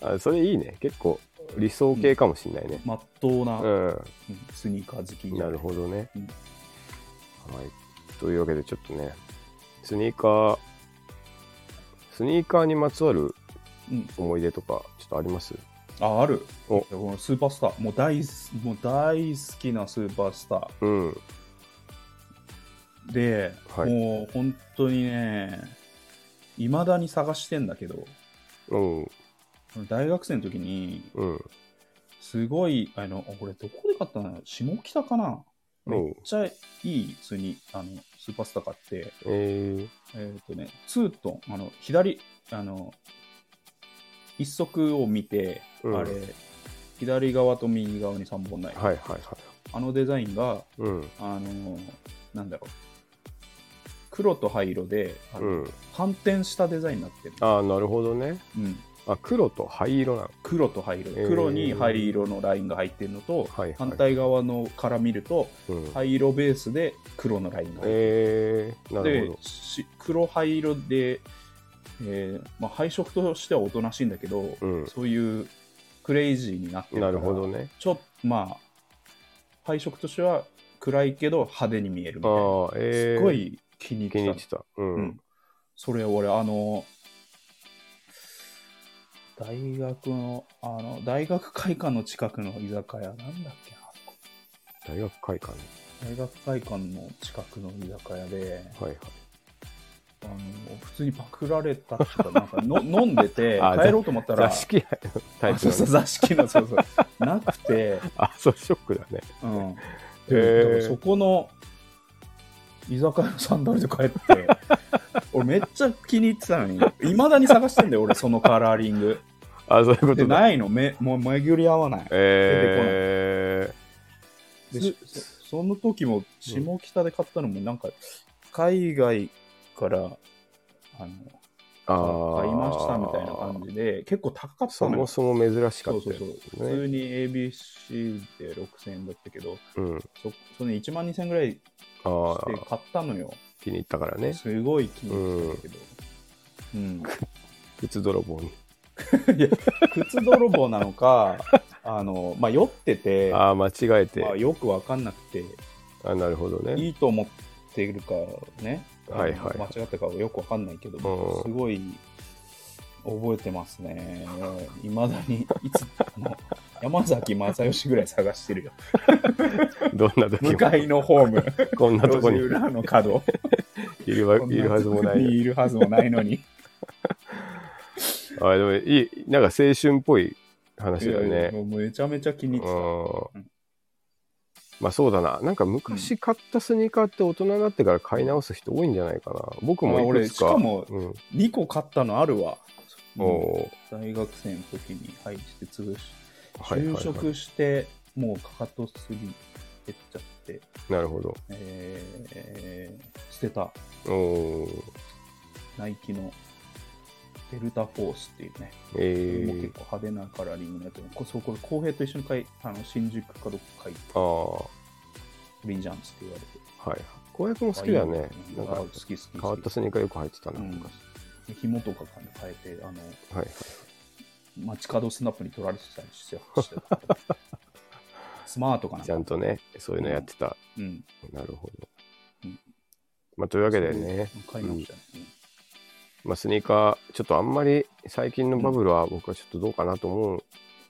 B: あそれいいね。結構理想系かもしんないね。
A: まっとうな、
B: うん。
A: うんスニーカー好き
B: なるほどね、
A: うん
B: はい。というわけでちょっとね、スニーカー、スニーカーにまつわる
A: うん、
B: 思い出とか、ちょっとあります
A: あある
B: お
A: いやこのスーパースターもう大すもう大好きなスーパースター
B: うん。
A: で、
B: はい
A: もう本当にね、いまだに探してんだけど、
B: うん。
A: 大学生の時に、
B: うん。
A: すごい、あの、これどこで買ったの下北かな
B: うん
A: めっちゃいい、普通に、あの、スーパースター買って、
B: えー、
A: えっ、とね、ツートン、あの、左、あの、一足を見て、
B: うん
A: あれ、左側と右側に3本ない。
B: はいはいはい。
A: あのデザインが、
B: うん。
A: あの、なんだろう黒と灰色であの、
B: うん、
A: 反転したデザインになってる、
B: ああなるほどね
A: うん、
B: あ黒と灰色なの
A: 黒と灰色、
B: えー
A: 黒に灰色のラインが入ってるのと、
B: はいはい
A: 反対側のから見ると
B: うん
A: 灰色ベースで黒のラインが入ってる
B: えー、なる
A: で
B: ほ
A: し黒灰色で、えーまあ、配色としてはおとなしいんだけど、
B: ど、うん、
A: そういうクレイジーになってるから
B: なるほどね
A: ちょっとまあ配色としては暗いけど派手に見えるみた
B: あ
A: いな
B: あえー、
A: すごい気に入ってた
B: 気に
A: の
B: 入ってたうん、
A: うんそれ俺あの大学のあの大学会館の近くの居酒屋なんだっけなあそこ
B: 大学会館ね
A: 大学会館の近くの居酒屋で
B: はいはい
A: あの普通にパクられたっていうかなんかの 飲んでて
B: あ
A: 帰ろうと思ったら
B: 座敷やタイ
A: あ
B: プ
A: そう
B: の
A: そう
B: ね
A: 座敷のそうそうなくて、
B: あそうショックだね
A: うん、
B: へー
A: でもそこの居酒屋のサンダルで帰って 俺めっちゃ気に入ってたのにいまだに探してんだよ俺そのカラーリング
B: あそういうこと
A: で
B: だ
A: ないのめもう巡り合わない
B: え
A: で
B: ー、
A: そその時も下北で買ったのもなんか海外からあの買いましたみたいな感
B: じ
A: じで結構高かった
B: そ
A: の
B: も
A: よ
B: そも珍しか
A: そ
B: っ
A: う
B: た
A: そう
B: よ
A: そう、
B: ね
A: 普通に ABC で6000円だったけど
B: うん
A: そそれ1万2000円ぐらいして
B: あー
A: 買ったのよ
B: 気に入ったからね
A: すごい気に入ってたけど、うん
B: 靴泥棒に
A: 靴泥棒なの かあの、まあ、酔ってて、ま
B: ああ間違えて
A: あ、よく分かんなくて
B: あなるほどね
A: いいと思っているかね、あの
B: はいはい
A: 間違ったかはよくわかんないけど、
B: うん
A: すごい覚えてますね。いまだに、いつ、あの山崎正義ぐらい探して るよ。
B: どんな時
A: 向
B: も
A: かいのホーム、
B: こんなと
A: 路
B: こ
A: 地
B: に
A: 裏の角、
B: いる わいるはずもな
A: こんとこ
B: い
A: にいるはずもないのに。
B: あでもいいなんか青春っぽい話だよ
A: いやいや
B: ね
A: もうめちゃめちゃ気
B: う
A: に入って
B: ん
A: ん
B: まあそうだななんか昔買ったスニーカーって大人になってから買い直す人多いんじゃないかな僕
A: た。まあ
B: もいく
A: 俺、
B: つ
A: し
B: か
A: かも
B: うん
A: 2個買ったのあるわ。うん
B: おー
A: 大学生の時に入って潰し
B: はい
A: 就
B: はいは
A: 職して、もうかかとすり減っちゃって、
B: いなるほど
A: えー捨てた
B: おー
A: ナイキのデルタフォースっていうね、これも
B: え
A: 結構派手なカラーリングのやつこそうこれ浩平と一緒に買いあの新宿かどっか買い
B: ー、ああ
A: いいじゃんっつって言われて
B: はい。公約も好き
A: あ
B: だね。ないん
A: いなあ
B: か
A: 好き好き
B: 変わった
A: 好
B: スニーカーよく入ってた
A: き
B: な。
A: うん
B: 昔
A: で紐とか変えてあの
B: はい。
A: 街角スナップに取られてたり してしてたスマートかな
B: ちゃんとね、そういうのやってた。
A: うん
B: なるほど
A: うん。
B: まあ、というわけでね、
A: 買いましたね、
B: まあ、スニーカー、ちょっとあんまり最近のバブルは僕はちょっとどうかなと思う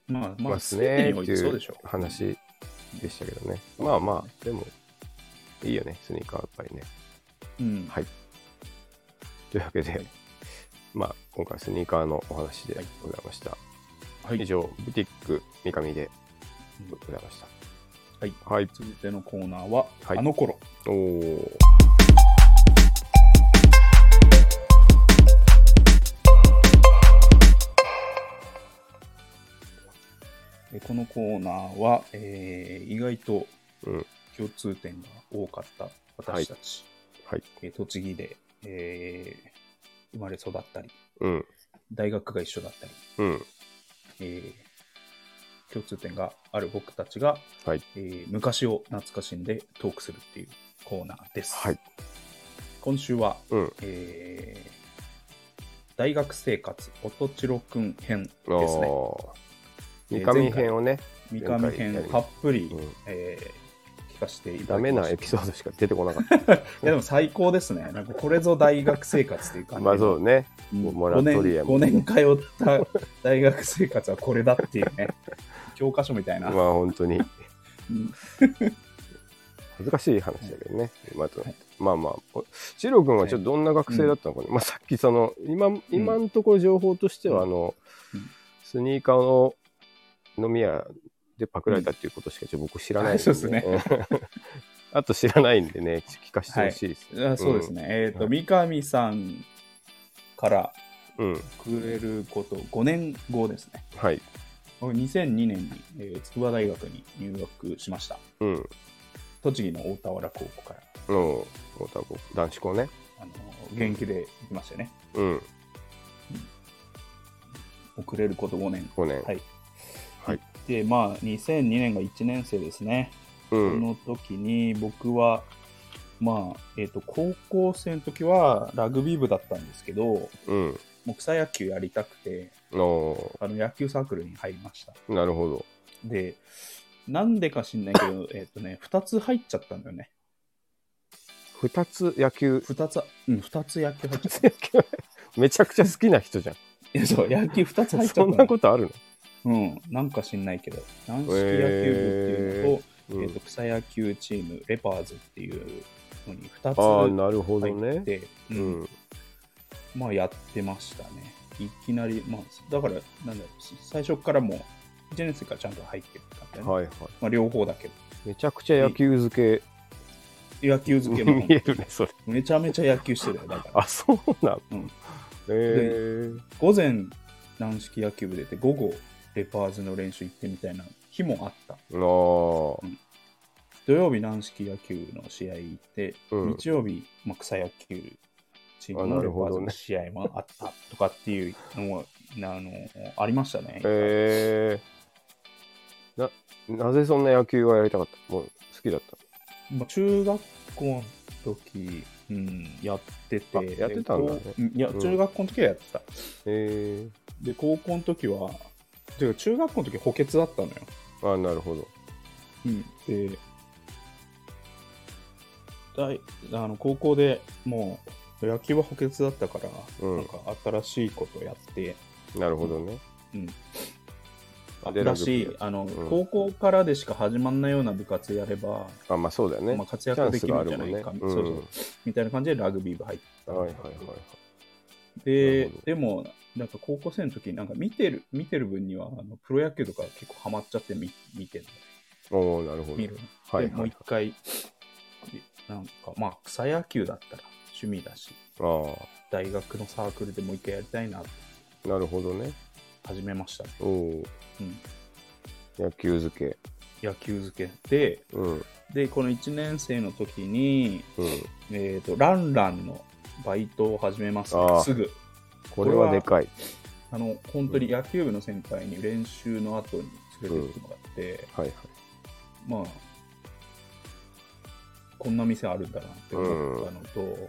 A: うんまあま
B: ま
A: あ
B: す
A: すでに
B: ねっ
A: おい
B: て
A: て
B: い
A: そう
B: う
A: でしょ
B: 話でしたけどね。まあまあ、でも、いいよね、スニーカーやっぱりね。
A: うん
B: はいというわけで、まあ、今回はスニーカーのお話でございました。
A: はい
B: 以上、ブティック三上で
A: うん
B: ございました。
A: はい
B: はい。
A: 続いてのコーナーは、
B: はい
A: あの頃
B: おー。
A: えこのコーナーは、えー意外と
B: うん
A: 共通点が多かった私たち、
B: はい。
A: えー栃木で、えー生まれ育ったり
B: うん。
A: 大学が一緒だったり、
B: うん。
A: えー共通点がある僕たちが、
B: はい
A: えー昔を懐かしんでトークするっていうコーナーです、
B: はい。
A: 今週は、
B: うん。
A: えー大学生活音千代くん編
B: ああ
A: ですね
B: ー。三上編をね、
A: 三上編をたっぷり、
B: うん
A: えー聞かせていた
B: ダ
A: だきま
B: メ
A: した
B: なエピソードしか出てこなかった。
A: いやでも最高ですね。なんかこれぞ大学生活という 感じ。
B: まあそうね。
A: うん
B: モ
A: 5
B: ラ
A: 年
B: トリアム
A: 5年通った大学生活はこれだっていうね。教科書みたい
B: ま
A: な。
B: あ本当に
A: うん
B: 恥ずかしい話だけどね。まあ、まあまあ。チロ君はちょっとどんな学生だったのかね。まあさっきその、今、今のところ情報としては、あの
A: うん、
B: スニーカーの飲み屋でパクられたっていうことしかちょっと僕知らないんで。
A: そうですね
B: うん。 あと知らないんでね、聞かせてほしいです。
A: あそうですね。えっ、と、三上さんから
B: うん。
A: くれること5年後ですね。
B: はい。
A: 僕2002年に、えー筑波大学に入学しました。
B: うん。
A: 栃木の大田原高校から、
B: うん太田高校男子校ね
A: あの現役で行きましたね。
B: うん
A: 遅れること5年。
B: 5年
A: はい。
B: はい
A: で、まあ、2002年が1年生ですね。
B: う
A: そ
B: ん
A: の時に僕は、まあ、えっ、と、高校生の時はラグビー部だったんですけど、も
B: うん
A: う草野球やりたくて、
B: お
A: あの野球サークルに入りました。
B: ーなるほど
A: で、なんでか知んないけど、え っとね、2つ入っちゃったんだよね。
B: 2つ野球
A: 2つ、うん、2つ野球入っちゃっ
B: 野球めちゃくちゃ好きな人じゃん
A: た。いやそう、野球2つ入っちゃった
B: そ
A: の
B: んなことあるの
A: うん、なんか知んないけど、軟式野球部っていうのと、
B: うん
A: えー、と草野球チームレパーズっていうのに
B: ああ
A: 2
B: なるほ
A: つ
B: ど
A: 入っ
B: ね
A: て、う
B: うんん
A: まあ、やってましたねいきなり、まあ、だからなんだろう最初からもう1年生からちゃんと入ってるって感じだね
B: はいはい
A: まあ、両方だけど
B: めちゃくちゃ野球漬け
A: 野球漬けも
B: 見えるねそれ
A: めちゃめちゃ野球してるよだから
B: あそうな
A: う
B: の
A: ん
B: へえ
A: 午前軟式野球部出て午後レパーズの練習行ってみたいな日もあった
B: あー
A: 土曜日軟式野球の試合行って、
B: うん
A: 日曜日、まあ、草野球チーム
B: あ
A: の
B: な
A: レ
B: る
A: パ
B: ほ
A: ー
B: ど
A: ズ
B: ね
A: の試合もあったとかっていうのも、なあのありましたね。
B: へえななぜそんな野球がやりたかったもう好きだっ
A: まあ中学校の時、うん、やって
B: あ
A: て。
B: やってたんだね
A: でこううんいや、
B: うん
A: 中学校の時はやってた。
B: たへえ
A: で、高校の時は、ていうか中学校の時補欠だったのよ。
B: あなるほど
A: うん、で大あの高校でもう野球は補欠だったから、
B: うん
A: なんか新しいことやって、
B: なるほどね
A: うん、
B: あで
A: だし
B: ラグビー
A: あの、
B: ん
A: 高校からでしか始まんないような部活やれば、
B: あまあそうだよね
A: まあ、活
B: チ
A: 躍
B: ャン
A: で
B: ス
A: き
B: が
A: る
B: あ
A: んじゃ
B: る
A: な
B: もん
A: い
B: ね
A: か、
B: う
A: そうんそうみたいな感じでラグビー部入った、
B: はいはいはいな
A: で
B: るほど
A: でもなんか高校生の時なんか見てる見てる分にはあのプロ野球とか結構ハマっちゃって見見てる
B: おおなるほど
A: 見る
B: はい
A: でも
B: は
A: う
B: い
A: 一回、なんか、まあ、草野球だったら趣味だし、
B: あ
A: 大学のサークルでもう一回やりたいなって
B: あなるほどね
A: 始めましたね、
B: おお
A: うん。
B: 野球漬け
A: 野球漬けで、
B: うんうん
A: で、この1年生の時に、えっ、と、ランランのバイトを始めますね、
B: あー
A: すぐ。
B: これはでかい
A: あの、本当に野球部の先輩に練習の後に連れてってもらって、
B: はいはい
A: まあ、こんな店あるんだなって思ったのと、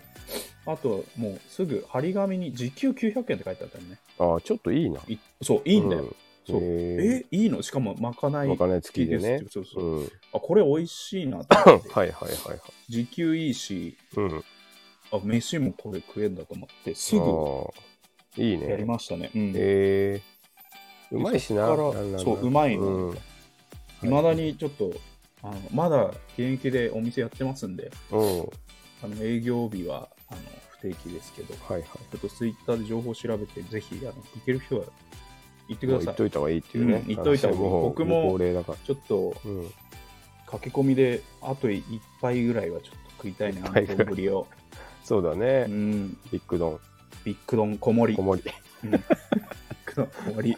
A: あと、もうすぐ張り紙に時給900円って書いてあったよね。
B: ああちょっといいない
A: そう、いいんだよ。
B: うん
A: そう
B: へ
A: え、いいのしかも、まかな
B: えわ
A: い
B: かんない月でね
A: そうそうう、
B: んはい
A: あ、これ美味しいなと思って、
B: はいはいはい
A: 時給いいし、
B: うん
A: あ、飯もこれ食えんだと思って、すぐ
B: あーいい
A: やり
B: ね
A: ましたね。うん
B: ええうまいしな
A: そっから
B: なんなん
A: そううまいの
B: うん
A: いまだにちょっと、あのまだ現役でお店やってますんで、
B: うんはい
A: あの営業日はあの不定期ですけど、ち
B: はい
A: ょっとツイッターで情報調べて、ぜひ、あの行ける人は行ってく
B: も
A: ださ
B: う言
A: い。ちょ
B: っといた方がいいっていうね
A: うん言っといた方がいい
B: 話はう
A: 僕も
B: う高齢だから
A: っと
B: うんは
A: 駆け込みで、あと一杯ぐらいはちょっと食いたいな、
B: 一杯ぐらい
A: ぶりを。
B: そうだね
A: うん
B: ビッグドン
A: ビッグドン小森。
B: 小森
A: うんビッグドン小森。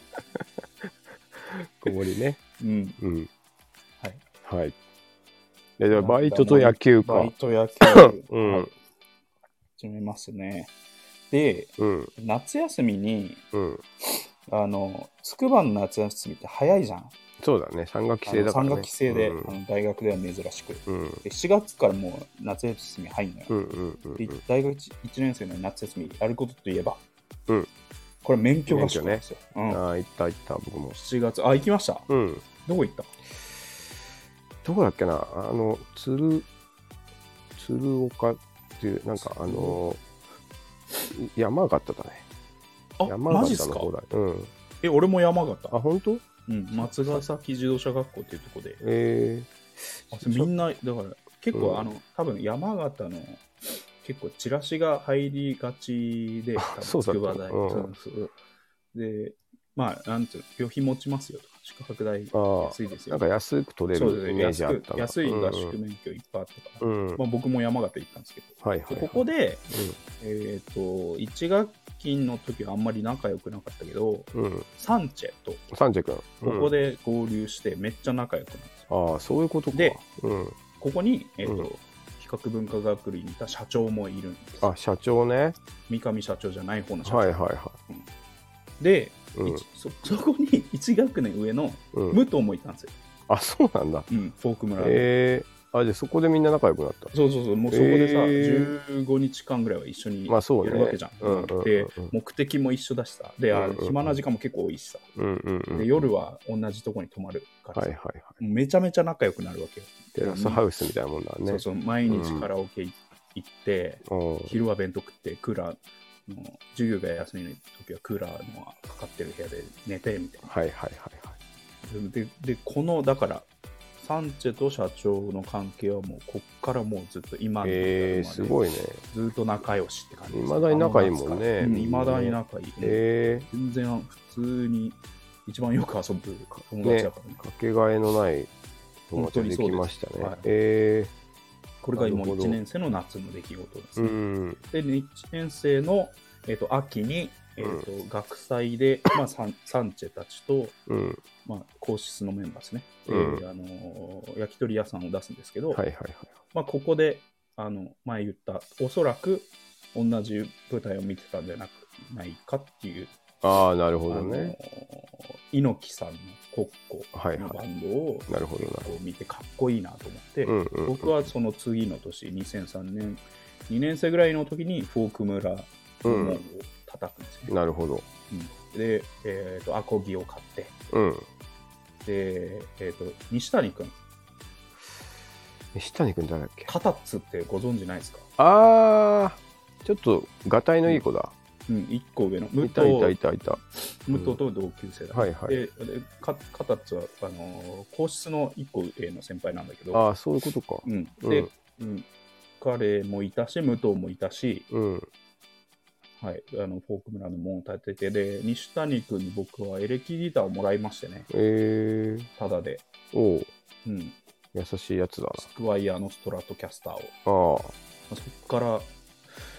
B: 小森ね
A: うん。
B: うん
A: はい
B: はいえじゃあバイトと野球
A: バ
B: か。
A: イト野球
B: う
A: はい
B: ん
A: 始めますね。で、
B: うん
A: 夏休みに、
B: うん
A: あの、筑波の夏休みって早いじゃん。
B: そうだね三学期制だからね
A: あの三学期制で、
B: うん
A: あの大学では珍しく。
B: うん
A: で、4月からもう夏休み入んのよ。
B: うんうんうんう
A: で
B: ん
A: 大学1年生の夏休みやることといえば、
B: うん
A: これ免許合宿なんですよ。うん、
B: ああ行った行った僕も
A: 7月、あ、行きました。
B: うん
A: どこ行った
B: どこだっけなあの鶴鶴岡っていうなんかあのい山形だね
A: あ、
B: 山
A: マジっ
B: 形
A: す
B: の
A: か
B: 方だねうん
A: え、俺も山形。
B: あ本当
A: うん、松ヶ崎自動車学校っていうとこで、
B: え
A: あそれみんな、だから結構、
B: うん
A: あの、多分山形の結構チラシが入りがちで、多分
B: そうだった
A: 筑波大、
B: うん
A: そうそうで、まあ、なんつうの、旅費持ちますよとか、宿泊代
B: ー、あ
A: 安いです
B: あ
A: よ
B: なんか安く取れ
A: そうです
B: るイ
A: ね
B: メージ
A: 安
B: あっ
A: く
B: たな
A: 安い合宿免許いっぱいあったから、
B: うんうん、うん
A: まあ、僕も山形行ったんですけど、
B: はいはい、
A: で
B: はい、
A: ここで、えっ、と、1学期の時はあんまり仲良くなかったけど、
B: うん、うん、
A: サンチェと
B: サンジェ君
A: ここ
B: で、
A: で合流してめっちゃ仲良くなった。
B: ああそういうことか
A: で
B: うん、
A: ここに、えっと
B: うん
A: 比較文化学類にいた社長もいるんです
B: あ社長ね
A: 三上社長じゃない方の社長、
B: はいはいは
A: で、
B: い、うん
A: 一そそこに1学年上の
B: うん、
A: 武藤もいたんですよ、
B: あそうなんだ
A: うん、フォーク村の、
B: えー、あじゃあそこでみんな仲良くなった
A: そうそうそうもうそこでさ、
B: え
A: 15日間ぐらいは一緒に
B: まあそうね
A: やるわけじゃん、
B: うんうんうんうん
A: で目的も一緒だしさで、あ
B: うんうんうん
A: 暇な時間も結構多いしさ
B: うんうんうん
A: で夜は同じとこに泊まるから
B: は
A: さ、
B: いはいはい
A: もうめちゃめちゃ仲良くなるわけよ
B: テラスハウスみたいなもんだね
A: そうそう毎日カラオケ行って、
B: うん
A: 昼は弁当食ってクーラーの授業が休みの時はクーラーのかかってる部屋で寝てみたい
B: はいはいはいは
A: なででこのだからサンチェと社長の関係はもうこっからもうずっと今
B: い
A: に至るま
B: え
A: で
B: ー、
A: す
B: ごいね
A: ずっと仲良しって感じです
B: 未だに仲いいもんね
A: いまだに仲いい、
B: え
A: 全然普通に一番よく遊ぶ友達だからね
B: ー、かけがえのない友達ができました
A: 本
B: ね、
A: 当にそう
B: え
A: これが今
B: なるほど
A: 1年生の夏の出来事です
B: ー、う
A: ね、
B: ん
A: で、1年生の、えっと秋に、えっと学祭で、まあ、サンサンチェたちと、
B: うん
A: まあ、皇室のメンバーですね、
B: うん
A: であのー焼き鳥屋さんを出すんですけど、
B: はいはいはい
A: まあ、ここであの前言ったおそらく同じ舞台を見てたんじゃなくないかっていう、
B: ああなる
A: あ
B: ほど
A: の
B: ね
A: ー猪木さんの国
B: はい
A: 庫の
B: は
A: バ
B: い
A: ンドを
B: なるほどな
A: こう見てかっこいいなと思って、
B: うんうん
A: 僕はその次の年2003年2年生ぐらいの時にフォーク村の門を叩くんですね、
B: なるほど
A: で、えっとアコギを買って
B: うん
A: で、えっと西谷君
B: 西谷君誰だっけ
A: カタツってご存知ないですか
B: あーちょっとがたいのいい子だ、
A: うん、1個上の武
B: い
A: 藤
B: たいたいたいた
A: 武藤と同級生だ、
B: はいはい
A: ででかカタツはあのー皇室の1個上の先輩なんだけど、
B: ああそういうことか
A: うん、
B: うん
A: で、うん、彼もいたし武藤もいたし、
B: うん
A: はい、あのフォーク村の門を立ててで西谷君に僕はエレキギターをもらいましてね
B: えー、
A: ただで、
B: おう
A: うん、
B: 優しいやつだ
A: スクワイヤーのストラトキャスターを
B: なあ
A: そこから
B: あ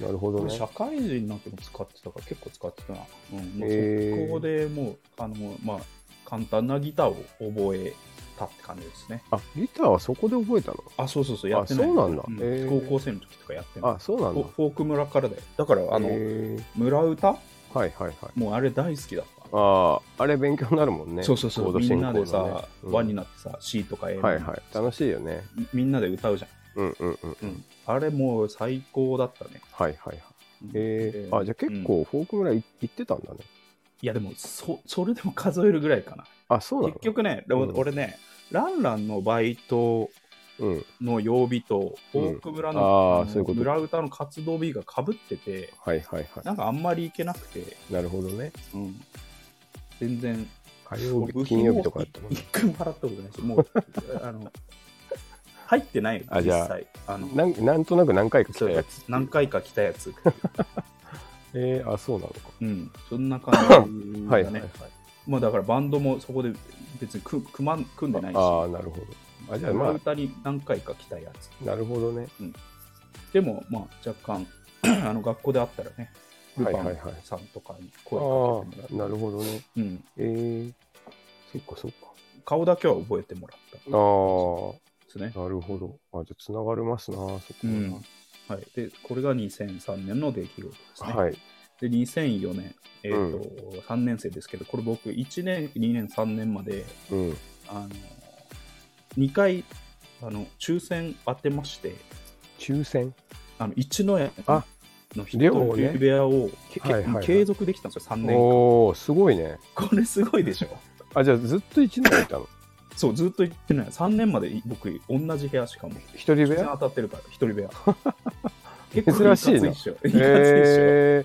B: なるほどね
A: 社会人になっても使ってたから結構使ってたな、うんもう
B: へー
A: そこでもうあの、まあ、簡単なギターを覚えたって感じですね
B: あギターはそこで覚えたの
A: あそうそうそうやってない
B: そうなんだへー
A: 高校生の時とかやってない
B: あそうなん
A: フ
B: だ
A: ォフォーク村からだよだからあの、
B: えー
A: 村歌
B: はいはいはい
A: もうあれ大好きだった
B: あああれ勉強になるもんね
A: そうそうそ
B: コー
A: う、
B: ド
A: み
B: 進
A: ん
B: 行の
A: なで
B: ね
A: さ、
B: うん
A: 輪になってさ C とか A の、
B: はいはい楽しいよね
A: みみんなで歌うじゃ
B: うんうんうん
A: ん、あれもう最高だったね、
B: はいはいはいえ
A: で
B: ー、あじゃあ結
A: うんい
B: 構フォーク村い行ってたんだね
A: やでもそそれでも数えるぐらいかな
B: あそうなの
A: 結局ね、で
B: うん
A: 俺ねランランのバイト
B: うん
A: の曜日と
B: うん
A: フォーク村
B: あー
A: の,、
B: そういうこと
A: 村歌の活動日がかぶってて
B: はいはいは
A: なんかあんまり行けなくて、
B: いなるほどね
A: 全然
B: 火曜
A: 部
B: 日
A: 品
B: 金曜日とかやったもんね
A: 一回も払ったことないしもう あの入ってないよ
B: あじ
A: 実
B: ゃあ
A: 際あの
B: なんなんとなく何回か来
A: そ
B: た
A: う
B: やつ
A: 何回か来たやつ
B: えー、あそうなのか
A: うん、そんな感じ
B: はい
A: だ
B: はい
A: ね。
B: はい
A: まあだからバンドもそこで別にく組まん組んでないし、
B: ああなるほどあじゃあま
A: 歌に何回か来たやつ。
B: あなるほどね
A: でも、まあ若干、 あの学校であったらね、ルパ
B: はいはい
A: ン
B: はい
A: さんとかに
B: ああ
A: 声かけてもらって、
B: ーなるほどね
A: うん、
B: えー、そっかそっか
A: 顔だけは覚えてもらった
B: ああ
A: ですね。
B: なるほど。あ、じゃあ、つながりますな、そこ
A: う
B: は
A: んはい、でこれが2003年の出来事ですね。
B: はい。
A: で2004年、えっと3年生ですけど、これ僕1年、2年、3年まで
B: うん。
A: あの2回あの抽選当てまして
B: 抽選。
A: あの一の屋
B: あ
A: の人
B: 両
A: と
B: 方ね
A: 部屋を、けけ
B: はいはいはい
A: 継続できたんですよ3年間
B: おお、すごいね。
A: これすごいでしょ
B: あ、じゃあ、ずっと一年いたの。
A: そうずっと言ってない3年までい僕同じ部屋しかも
B: 一人部
A: 抽選
B: 屋
A: 当たってるから一人 部屋かついっしょい
B: 珍しいな
A: かついっしょ、
B: えー、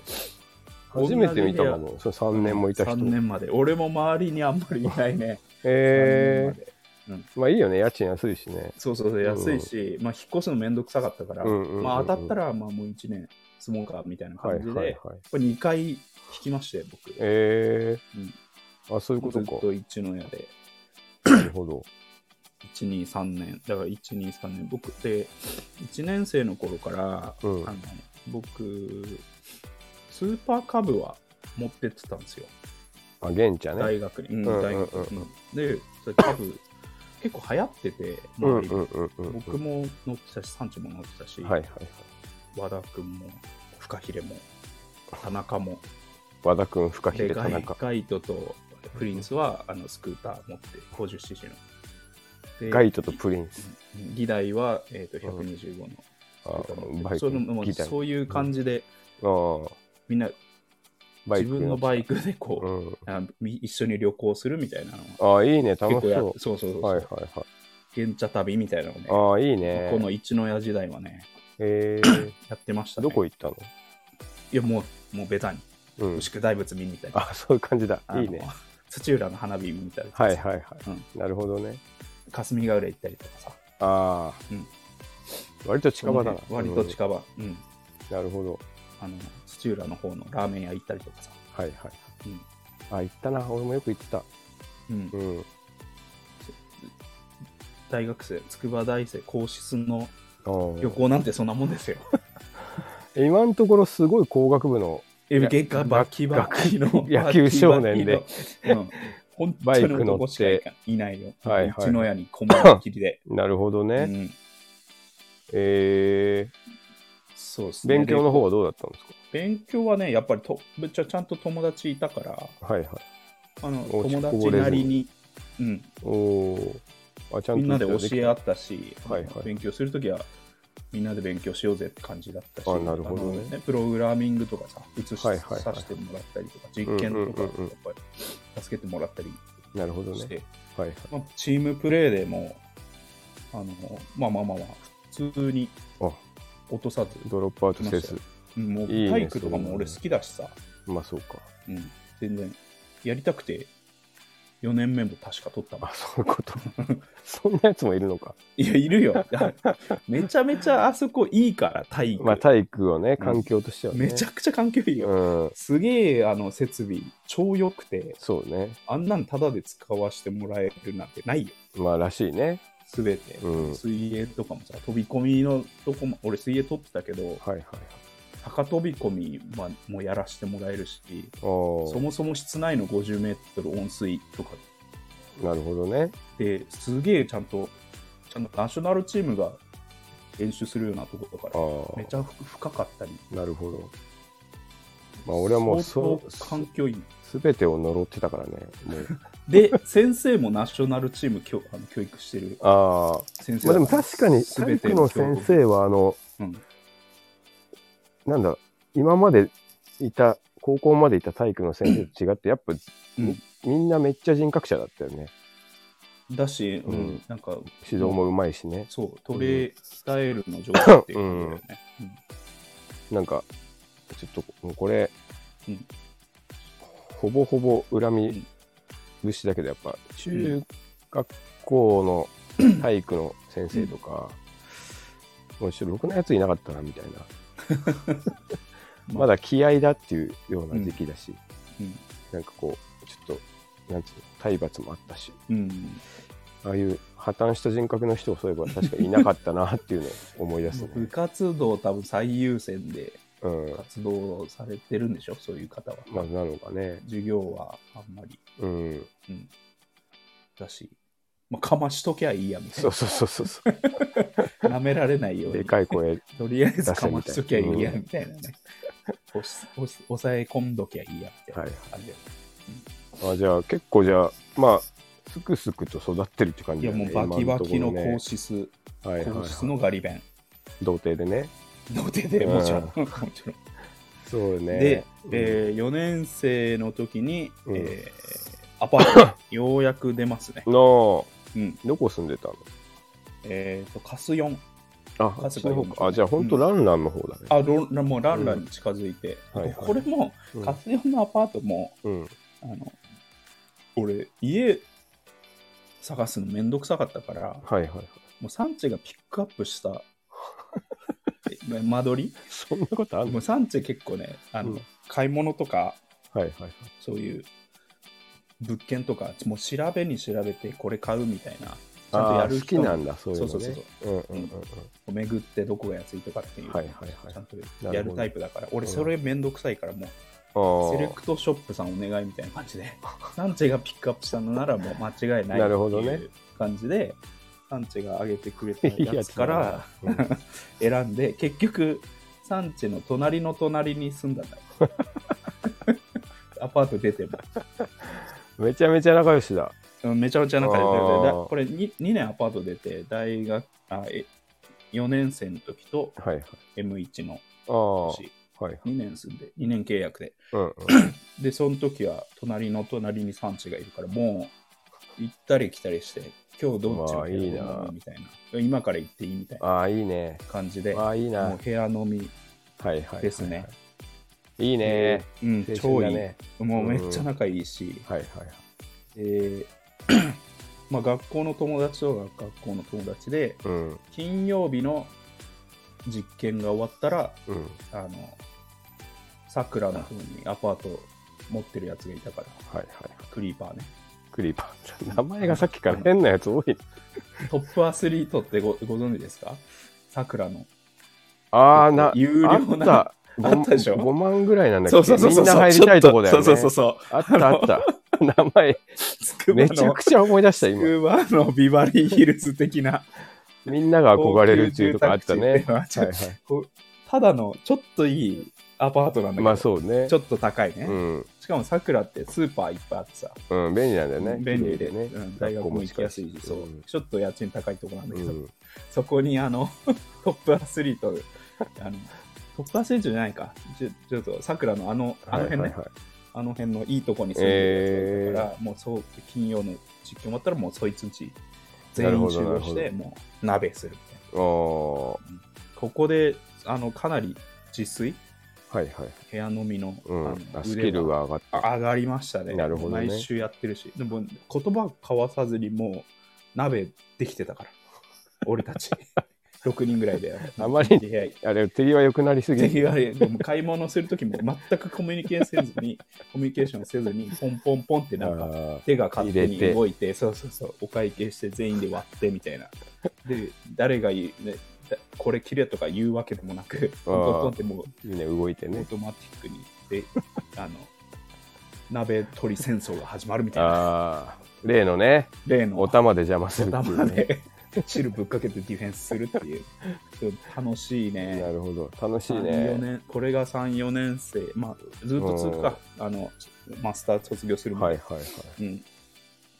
A: 同じ
B: 初
A: 部屋
B: めて見たかも。そう3年もいた人。
A: 3年まで俺も周りにあんまりいないね
B: え
A: 三年まで
B: ー、まあいいよね、家賃安いしね。
A: そうそうそう安いし、まあ、引っ越すのめんどくさかったから、
B: うんうんうんうん
A: まあ、当たったらまあもう1年住もうかみたいな
B: は
A: 感
B: い
A: じで、
B: はいはい。
A: これ2回引きまして、僕。
B: え
A: うん
B: ー、あ、そういうこ
A: ず
B: と
A: っ
B: か。
A: と一の矢で、
B: なるほど。
A: 1、2、3年。だから1、2、3年。僕で、1年生の頃から、
B: うん
A: あの僕、スーパーカブは持ってってたんですよ。
B: あ、現茶ね。
A: 大学に。うん
B: うんうんうん
A: 大学にで、それカブ、結構流行ってて、
B: うん
A: 周
B: うん
A: り
B: うんうんうん。
A: 僕も乗ってたし、サンチも乗ってたし、
B: はいはいはい。
A: 和田君も、フカヒレも、田中も、
B: 和田君、フカヒ
A: で
B: レ、
A: ガ
B: 田
A: イ
B: 中。
A: ガイドとプリンスはあのスクーター持って 50cc の。で
B: ガイトとプリンス。
A: 議題は、えー、と125のス
B: あ
A: クーター
B: ー
A: 持っ
B: バ
A: て
B: イ
A: そ
B: ク
A: のもう
B: ギター
A: そういう感じで、
B: ああ
A: みんな
B: バイ
A: 自
B: ク
A: 分のバイクでこう、
B: うん。
A: あみ一緒に旅行するみたいなのを
B: ああ、いいね、楽
A: 結構
B: し
A: や
B: そ
A: そうそうそう
B: う。
A: そう、
B: はいはいはい。
A: 現茶旅みたいなのをね、
B: ああ、いいね。
A: この一の矢時代はね、
B: えー、
A: やってました、ね。
B: どこ行ったの
A: いや、もう、もうベタに、
B: うん。
A: 牛久大仏見に行ったり、
B: あそういう感じだ。
A: あの
B: いいね。。
A: 土浦の花火見たりとかさ、
B: はいはいはい。
A: うん
B: なるほどね。
A: 霞ヶ浦行ったりとかさ、
B: ああ、
A: うん
B: 割と近場だな。
A: 割と近場、うん
B: うんなるほど。
A: あの土浦の方のラーメン屋行ったりとかさ、
B: はいはい。
A: うん
B: あ、行ったな。俺もよく行ってた。
A: うん
B: うん。
A: 大学生筑波大生皇室の
B: あー
A: 旅行なんてそんなもんですよ。
B: 今のところすごい工学部の
A: えげかバキバキの
B: 野球少年で
A: バキバキの、うん、本
B: バ
A: 当
B: イ
A: に
B: ク乗って
A: 男しかいかいないよ。
B: はいはい
A: 一の矢にこもりっきりで、
B: なるほど ね、
A: うん
B: え
A: そうです
B: ー、
A: ね。
B: 勉強の方
A: で
B: はどうだったんです
A: 勉強はねやっぱりとぶっちゃちゃんと友達いたから
B: かはいはい
A: あの
B: 落ち
A: 友
B: こぼ
A: 達
B: れず
A: なりに。うん、
B: おおあちゃんと
A: みんなで教
B: 勉強き
A: え
B: た
A: 合ったし、
B: はいはい
A: 勉強するときはみんなで勉強しようぜって感じだったし、
B: あなるほどね
A: あのプログラミングとかさ、写し、
B: はいはいはい
A: さしてもらったりとか、実験とか、
B: う
A: や
B: んうんうんうん
A: っぱり助けてもらったり
B: なるほど
A: して、
B: ねはいはい
A: まあ、チームプレーでも、あのまあまあまあまあ、普通に
B: あ
A: 落とさず、
B: ドロップアウトせず
A: うんもう
B: いいね
A: 体育とか
B: そういう
A: も
B: の
A: 俺好きだしさ、
B: まあそうか
A: うん、全然やりたくて、4年目も確か取ったもん
B: あそういうこと そんなやつもいるのか
A: いや、いるよ。めちゃめちゃあそこいいから、体育。
B: まあ体育をね
A: うん
B: 環境としてはね、
A: めちゃくちゃ環境いいよ。
B: うん
A: すげえ、あの、設備、超良くて、
B: そうね
A: あんなんタダで使わせてもらえるなんてないよ。
B: まあらしいね
A: すべて。
B: うん
A: 水泳とかもさ、飛び込みのとこも、俺水泳取ってたけど、
B: はいはいはい
A: 高飛び込みはもうやらせてもらえるし、
B: お
A: そもそも室内の50メートル温水とか
B: なるほどね
A: で、すげえちゃんと、ちゃんとナショナルチームが練習するようなとこだから、め
B: あ
A: ちゃ深かったり。
B: あなるほどまあ俺はも
A: 相
B: うそ
A: 当環境いい。
B: 全てを呪ってたからねもう
A: で、先生もナショナルチーム教あの教育してる
B: ああ
A: 先生
B: まあ
A: だ
B: で
A: ら
B: も確かに体
A: 全て
B: 育の先生はあの
A: うん
B: なんだ今までいた高校までいた体育の先生と違ってやっぱ、
A: うん
B: みんなめっちゃ人格者だったよね
A: だし、うん
B: うん
A: なんか、
B: 指導もうまいしね、
A: そう、トレスタイルの上手っていうことだよね。
B: なんかちょっともうこれ、
A: うん
B: ほぼほぼ恨み節だけどやっぱ中学校の体育の先生とか、もうちょっとろくなやついなかったなみたいな
A: まあ
B: まだ気合だっていうような時期だし、
A: うん
B: なんかこうちょっとなんつうの体罰もあったし
A: うん。
B: ああいう破綻した人格の人をそういえば確かにいなかったなっていうのを思い出す
A: もう部
B: ね。
A: 活動多分最優先で
B: うん、
A: 活動されてるんでしょ、そういう方は。
B: まあなのかね。
A: 授業はあんまり、
B: うん。
A: うん、だし、まあ、かましときゃいいやみたい
B: そうそうそうそうそう。
A: な。なめられないように。
B: でかい声。
A: とりあえずかましときゃいいやみたいなね。押し押し抑え込んどきゃいいやみたいな感じで、
B: あじゃあ結構じゃあまあすくすくと育ってるって感
A: い
B: じ
A: や
B: だね。
A: もうバキバキの
B: 今
A: 皇
B: のと
A: 室、
B: ころねはいはい
A: 皇
B: はい
A: 室のガリ弁
B: 童貞でね。
A: の手でもちろん。もちろん
B: そうよね。
A: で、
B: うん
A: え4年生の時に、
B: うん
A: えーアパート、ようやく出ますね。
B: の
A: うん。
B: どこ住んでたの？
A: えっ、と、カス4。
B: あ、あっ
A: 春
B: ち
A: 日
B: の
A: 部
B: 方か。あじゃあ本当ランランの方だね。
A: あ、ロンもうランランに近づいて、
B: うんはいはい
A: これも、カス4のアパートも、
B: うん。うん
A: あの、俺、家探すのめんどくさかったから、
B: はいはいはい。
A: もう産地がピックアップした え間取
B: そんなことあ
A: り
B: ん
A: も
B: の？
A: う産地結構ねあの、
B: うん
A: 買い物とか
B: はいはいはい。
A: そういう物件とかもう調べに調べてこれ買うみたいなちゃんとやる
B: あー好き
A: 人
B: な
A: も
B: んだそういうのね。
A: そうそうそう
B: うんうんうん
A: 巡ってどこが安いとかっていう、
B: はいはいはい
A: ちゃんと
B: ど
A: やるタイプだから俺それめんどくさいからもうセ
B: あ
A: レクトショップさんお願いみたいな感 じで、サンチェがピックアップしたのならもう間違いない
B: な
A: って
B: るほどね
A: いう感じで、サンチェが上げてくれたやつか
B: いいや
A: ら
B: つだな
A: 選んで、結局、サンチェの隣の隣に住んだん だよ。アパート出ても。
B: ーめちゃめちゃ仲良しだ。
A: うんめちゃめちゃ仲良く
B: あー
A: て、だこれ 2, 2年アパート出て、大学あ、4年生の時と
B: はいはい。
A: M1 の
B: ああ、はい
A: 年、
B: はい。
A: 2年住んで、2年契約で。
B: うん、うん。
A: で、その時は隣の隣に産地がいるから、もう行ったり来たりして、今日どっち
B: う
A: の
B: わ
A: 部
B: いいな
A: 屋飲むみたいな、今から行っていいみたいな
B: ああ、いいね。
A: 感じで、
B: あ
A: も
B: あ、いいな。は
A: う部屋飲み、
B: いはいはい。
A: ですね。
B: いいね。
A: うん、
B: 青
A: 超い
B: 春
A: い、
B: だね。
A: もうめっちゃ仲いいし、
B: はいはいはい。
A: で まあ学校の友達とは学校の友達で、
B: うん、
A: 金曜日の実験が終わったら、
B: うん。
A: あの、さくらの方にアパート持ってるやつがいたから、
B: はいはい。
A: クリーパーね。
B: クリーパ ー。名前がさっきから変なやつ多い。
A: トップアスリートってごご存知ですかさくらの。
B: ああ、な、
A: 有
B: あ
A: 料
B: っ
A: な。
B: た。
A: あったでしょ
B: 5万ぐらいなんだけ
A: そ
B: ど、
A: うそうそう
B: み
A: そ
B: ん
A: う。
B: な入りたいとこだよね。
A: ちょっとそうそうそう
B: あったあ った。名前、
A: そう。つくば
B: めちゃ
A: の
B: く、ちゃ思い出した、
A: つ
B: 今。
A: くばのビバリーヒルズ的な。
B: みんなが憧れるっていうとこあった ね。
A: 高級住宅地って
B: は
A: いうのはい
B: はい。
A: こうただの、ちょっといいアパートなんだけど、
B: まあそうね。
A: ちょっと高いね。
B: うん。
A: しかもさくらってスーパーいっぱいあってさ、
B: うん、便利なんだよね。
A: 便利で、
B: ね
A: うん大学も行きやすいし、そう、
B: ん
A: ちょっと家賃高いとこなんだ
B: う
A: けど、
B: ん。
A: そこにあの、 トップアスリート、あの、トップアスリートじゃないか。ちょちょっと、さくらのあの、あの辺ね、
B: はいはいはい
A: あの辺のいいとこに住んでるやつだったから、もうそう、金曜の実験終わったら、もうそいつんち、
B: なる
A: 全員
B: ほど
A: 集合し
B: な
A: て、
B: る
A: もう鍋するみたい
B: お
A: な。ここで、あの、かなり自炊、
B: ーはいはい。
A: 部屋飲みの,、
B: うん
A: あの
B: あ。スキルが上がった。
A: 上がりましたね。
B: なるほどね
A: 毎週やってるし。でも、言葉交わさずにもう、鍋できてた から。俺たち。6人ぐらいで。
B: あまり
A: 部屋行っ
B: あれ、手際良くなりす
A: て
B: ぎ
A: 言われでも買い物するときも全くコミュニケーションせずに、コミュニケーションせずに、ポンポンポンってなんか、
B: あ
A: 手が勝手
B: 入
A: に
B: れて
A: 動いて、そうそうそう、お会計して全員で割ってみたいな。で、誰が言う、ね、だこれ切れとか言うわけでもなく、ポンポンポンってもう
B: ーいいね、動いて
A: オー
B: ね。
A: トマティックに であの鍋取り戦争が始まるみたいな
B: ああ。例のね、
A: 例の
B: お玉で邪魔するっていう
A: 頭
B: ね。
A: で 汁ぶっかけてディフェンスするっていうちょっと楽しい
B: な
A: ね
B: るほど。楽しい
A: 3 4
B: ね。
A: 年これが34年生、まあ、ずっと続くかあのマスター卒業するま
B: はい
A: で、
B: はいはい。
A: うん、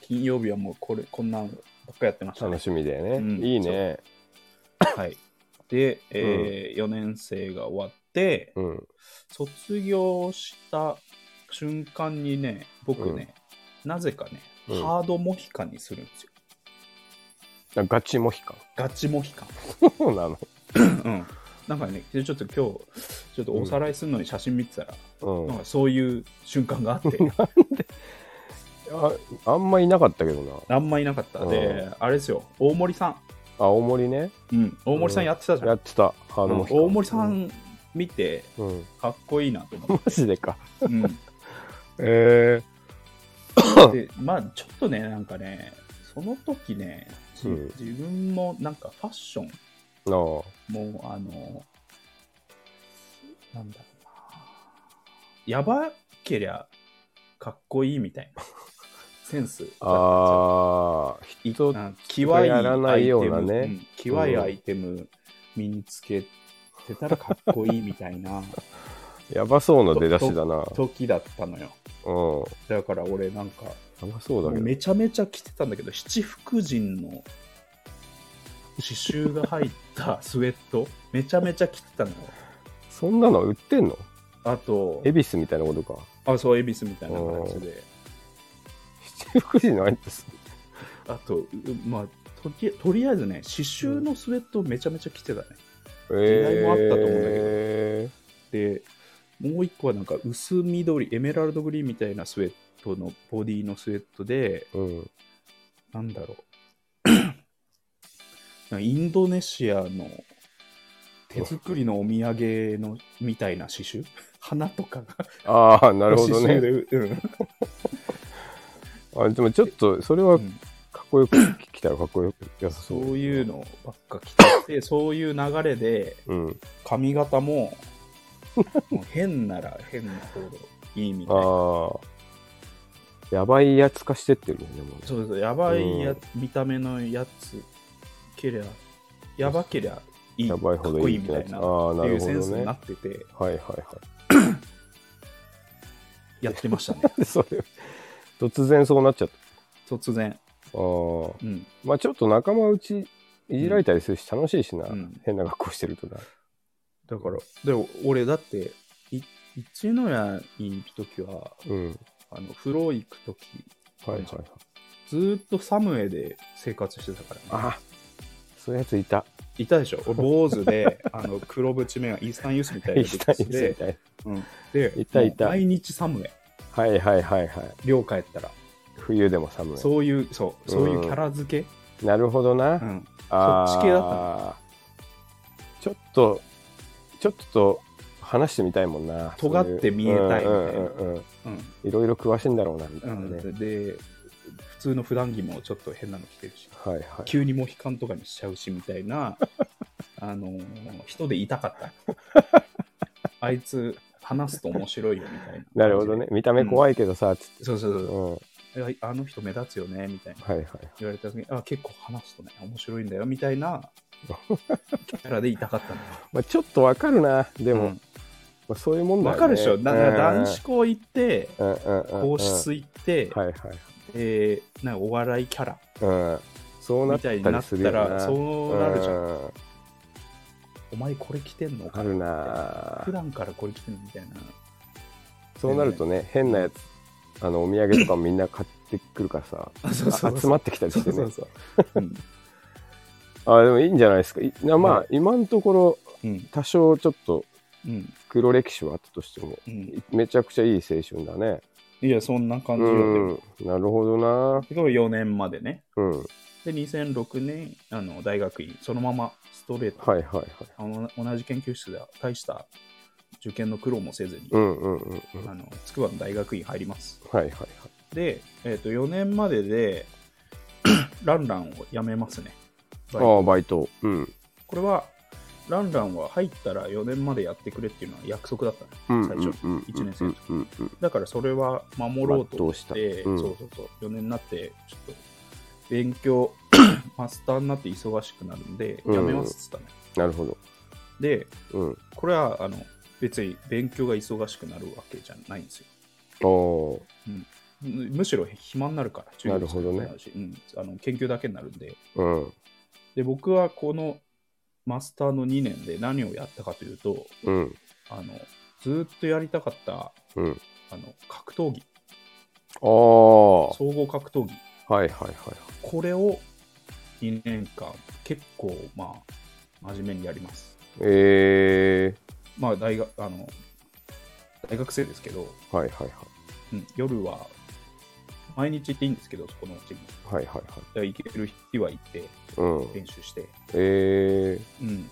A: 金曜日はもうこれこんなんばっかやってましたね
B: 楽しみだよね。
A: うん
B: いいね。
A: はい、で、え4年生が終わって、
B: うん。
A: 卒業した瞬間にね、僕ね、なぜかね、
B: うん
A: ハードモヒカンにするんですよ。
B: あガチモヒカン。
A: ガチモヒカン。
B: そうなの。
A: うん。なんかね、ちょっと今日、ちょっとおさらいするのに写真見てたら、
B: うん
A: なん。かそういう瞬間があって、
B: ああんまいなかったけどな。
A: あんまいなかった。で
B: う、
A: あれですよ、大森さん。
B: 青森ね。
A: うん、大森さんやってたじゃん。
B: やってた。ハー
A: う
B: ド
A: ん
B: モヒカン。
A: 大森さん見て、
B: うん。うん。
A: かっこいいなと思っ
B: マジでか。
A: て。うん
B: え
A: でまあちょっとねなんかねその時ね、じ
B: うん
A: 自分もなんかファッション
B: えー。
A: もあのなんだろうなやばけりゃかっこいいみたい なセンスだっ
B: あ
A: た
B: あ。
A: ん
B: ああ。
A: ですよ
B: 人、
A: なんかきわい
B: やらないようなね
A: アイテムんきわいアイテム身につけてたらかっこいいみたいな
B: やばそうな出だしだな。
A: 時だったのよ
B: うん。
A: だから俺なんか
B: やばそう
A: も
B: だ
A: う
B: けど。
A: めちゃめちゃ着てたんだけど七福神の刺繍が入ったスウェットめちゃめちゃ着てたのよ
B: そんなの売ってんの
A: あと
B: 恵比寿みたいなこ とか。
A: あそう恵比寿みたいな感じで
B: 七福神のあれってす
A: あとうまあときとりあえずね刺繍のスウェットめちゃめちゃ着てたね、代もあったと思うんだけど
B: え
A: でもう一個はなんか薄緑エメラルドグリーンみたいなスウェットのボディのスウェットで
B: ーうん。
A: なんだろう なんかインドネシアの手作りのお土産のみたいな刺繍 花とかが
B: ああ、なるほど
A: 刺繍
B: ね。
A: で、うん
B: あでもちょっと、それは
A: うん
B: かっこよく来たらかっこよくやさ
A: そ
B: そうう。
A: いう
B: の。
A: のばっか着ててそういう流れで
B: うん。
A: 髪型ももう変なら変な方でいいみたいな。
B: ああ。やばいやつ化してってるよね、もうね
A: そうそう、やばいや、見た目のやつけりゃ、やばけりゃいい、
B: やばいほ
A: かっ
B: ど
A: こ
B: い
A: い
B: い
A: い
B: っ
A: み
B: て
A: た
B: や
A: い
B: つ。
A: な、
B: ああ、
A: って
B: な
A: いう
B: るほ
A: センス
B: ど
A: に
B: ね。
A: な
B: は
A: ってて、
B: いはいは
A: やってました ね、
B: い。それ、突然そうなっちゃった。
A: 突然。
B: ああ。
A: うん。
B: まあちょっと仲間うちいじられたりするし、楽しいしな、
A: うん
B: 変な格好してるとな。
A: だから、でも俺、だって、い一の屋に行くときは、
B: うん。
A: あの、風呂行くとき、
B: はいはいはい。
A: ずーっとサムエで生活してたから、ね、
B: あそういうやついた。
A: いたでしょ俺坊主であの黒縁目がイースタンユースみたいない
B: たいた
A: ルックスで
B: いた。
A: うんで
B: いたいた
A: もう毎日サムエ
B: はいはいはいはい。
A: 寮帰ったら
B: 冬でも寒い。
A: そういうそうそういうキャラ付け、
B: なるほどな。
A: うん
B: あー
A: そっち系だった
B: ちょっと、ちょっと話してみたいもんな。
A: 尖って見えたいみたいな
B: うんうんうんうん
A: うん
B: いろいろ詳しいんだろうな、みたいうなんね。
A: で普通の普段着もちょっと変なの着てるし
B: はいはい。
A: 急にモヒカンとかにしちゃうしみたい なあのー人でいたかったあいつ話すと面白いよみたいな
B: なるほどね。見た目怖いけどさ、つって。
A: そうそう
B: う
A: そ
B: ん。は
A: う、いやあの人目立つよねみたいない
B: はい。
A: 言われた時にあ結構話すとね面白いんだよみたい なキャラでいたかったの
B: まあちょっとわかるな。で
A: で
B: も、まあ、そういうもんだよ
A: わ
B: ね。
A: かるでしょ、な
B: うん
A: 男子校行って
B: うんうんうんうん
A: 皇室行って、
B: はいはい。
A: えーなんかお笑いキャラ
B: うん。そうな
A: み
B: った
A: たい
B: り
A: になっ
B: するよ
A: た
B: な。
A: らそうなるじゃん、
B: ん。
A: お前これ着てんの
B: あ
A: か
B: る
A: 普
B: な。
A: 段からこれ着てんのみたいな
B: そうなるとね、変なやつ、あの、お土産とかもみんな買ってくるからさ、
A: あそうそうそう
B: 集まってきたりして
A: そう
B: ね。
A: そうそううん
B: あ、でもいいんじゃないですか。いなま
A: は
B: あ、今のところ、
A: うん
B: 多少ちょっと
A: うん
B: 黒歴史はあったとしても、
A: うん
B: めちゃくちゃいい青春だね。
A: いやそんな感じ
B: う
A: よ
B: ん
A: で。
B: なるほどな。
A: も4年までね
B: うん。
A: で2006年あの大学院そのままストレート
B: はいはいはい。
A: あの同じ研究室では大した受験の苦労もせずに、
B: うんうんうんうん。
A: あの筑波の大学院入ります
B: はいはいはい。
A: で、えー、と4年までで ランランを辞めますねバイト
B: ああ、バイト。うん。
A: これはランランは入ったら4年までやってくれっていうのは約束だったね
B: うん
A: 最初
B: うんうん
A: 一年生の
B: うんうんうん
A: だからそれは守ろうと思って、
B: 全うしたうん
A: そうそうそう4年になってちょっと勉強 マスターになって忙しくなるんで辞めますっつったね、
B: なるほど。
A: で
B: うん。
A: これはあの別に勉強が忙しくなるわけじゃないんですよ
B: お
A: むむしろ暇になるから、中学生
B: なるほどね
A: とかだしうん、あの研究だけになるんで
B: お。うん。
A: で、僕はこのマスターの2年で何をやったかというと、
B: うん。
A: あのずーっとやりたかった
B: うん。
A: あの格闘技、
B: ああ。は
A: 総合格闘技、
B: いはいはい。
A: これを2年間、結構、まあ、真面目にやります。
B: え
A: まあ、大学あの大学生ですけど、
B: ー。はいはい
A: うん、夜は毎日行っていいんですけど、そこのうちに。
B: はい。はいはいはい。
A: だから行ける日は行って、
B: うん。
A: 練習して。
B: え
A: うん
B: ー。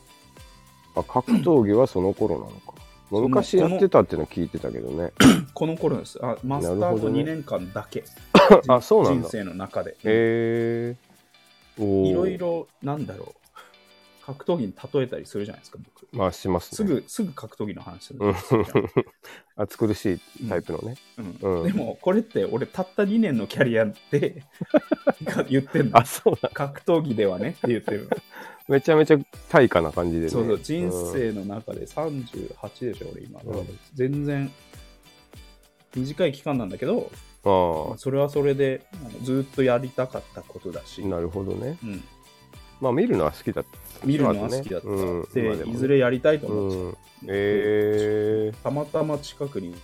B: あ、格闘技はその頃なのか。まあ
A: その
B: 昔やってたっていうの聞いてたけどね。
A: この頃です。あマスタ
B: なる
A: ー
B: ほど
A: と
B: ね
A: 2年間だけ。
B: あそうなんだ
A: 人生の中で。
B: えー。おー
A: いろい。ろ、なんだろう。格闘技に例えたりするじゃないですか、僕。
B: まあしますね。
A: す。ぐ、すぐ格闘技の話する
B: うんん
A: ですよ。
B: 暑苦しいタイプのね。
A: うん
B: うん
A: でも、これって俺、たった2年のキャリアで 言ってんの
B: あ、。そうだ。
A: 格闘技ではねって言ってるの。
B: めちゃめちゃ対価な感じでね。
A: そうそう、人生の中で38でしょ、俺今。だから
B: うん
A: 全然、短い期間なんだけど、
B: うん。
A: ま
B: あ
A: あそれはそれで、あのずっとやりたかったことだし
B: あ。。なるほどね。
A: うん
B: まあ見るのは好きだった。
A: 見るのは好きだった。
B: うん
A: で
B: 今でも
A: い
B: ね
A: ずれやりたいと
B: う
A: 思ってた、
B: ん。え
A: たまたま近くに、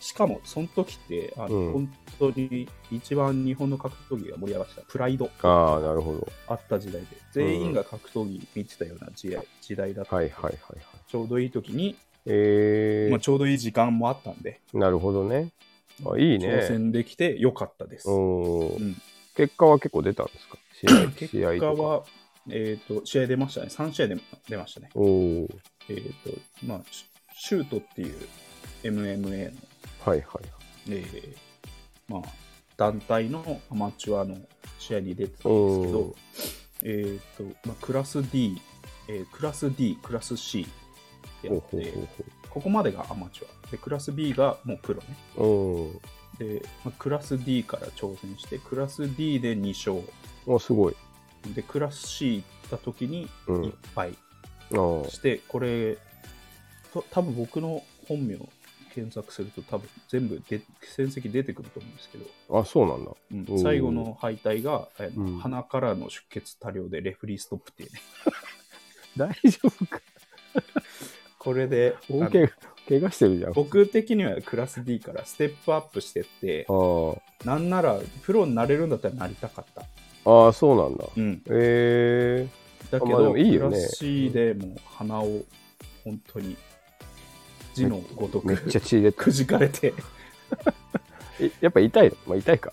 A: しかもその時って、あの
B: うん
A: 本当に一番日本の格闘技が盛り上がってた、プライド
B: ー。ああ、なるほど。
A: あった時代で、全員が格闘技見てたような時代時代だった、
B: はいはいはいはい。
A: ちょうどいい時に、
B: え
A: まあ、
B: ー、
A: ちょうどいい時間もあったんで、
B: なるほどね。あ、いい
A: 挑
B: ね。
A: 戦できてよかったです。
B: うん
A: うん
B: 結果は結構出たんですか試 合
A: 結
B: 試合
A: 果
B: とか。
A: は、えーと、試合出ましたね、3試合で出ましたね。
B: おお
A: えーとまあ、シシュートっていう MMA の
B: はいはい。
A: えーまあ、団体のアマチュアの試合に出てたんですけ
B: お
A: ど、えーとまあ、クラス D、えークラス D、クラス C で
B: お
A: や
B: う
A: っ
B: ほう
A: て、
B: ほうほ
A: ここまでがアマチュア。で、クラス B がもうプロね。
B: お
A: で、まあクラス D から挑戦して、クラス D で2
B: おあすごい。
A: 勝。で、クラス C 行った時に
B: うん。
A: いっぱい
B: ああ
A: して、これと多分僕の本名検索すると多分全部で戦績出てくると思うんですけど、
B: あ、そうなんだ。
A: うん
B: おー
A: 最後の敗退が、えー
B: うん
A: 鼻からの出血多量でレフェリーストップって いうね。
B: 大丈夫か。
A: これで、
B: 大
A: あの
B: 怪我怪我してるじゃん。あ
A: 僕的にはクラス D からステップアップしてって、
B: あ
A: なんならプロになれるんだったらなりたかった。
B: ああ、そうなんだ。
A: うん、
B: ええ
A: だけ
B: まあで
A: ど、
B: もいいよ
A: ク
B: ね
A: ラス C でもう鼻を本当に字のごと
B: め
A: く
B: っちゃ血出て
A: くじかれて、
B: えやっぱ痛いの、まあ、痛いか。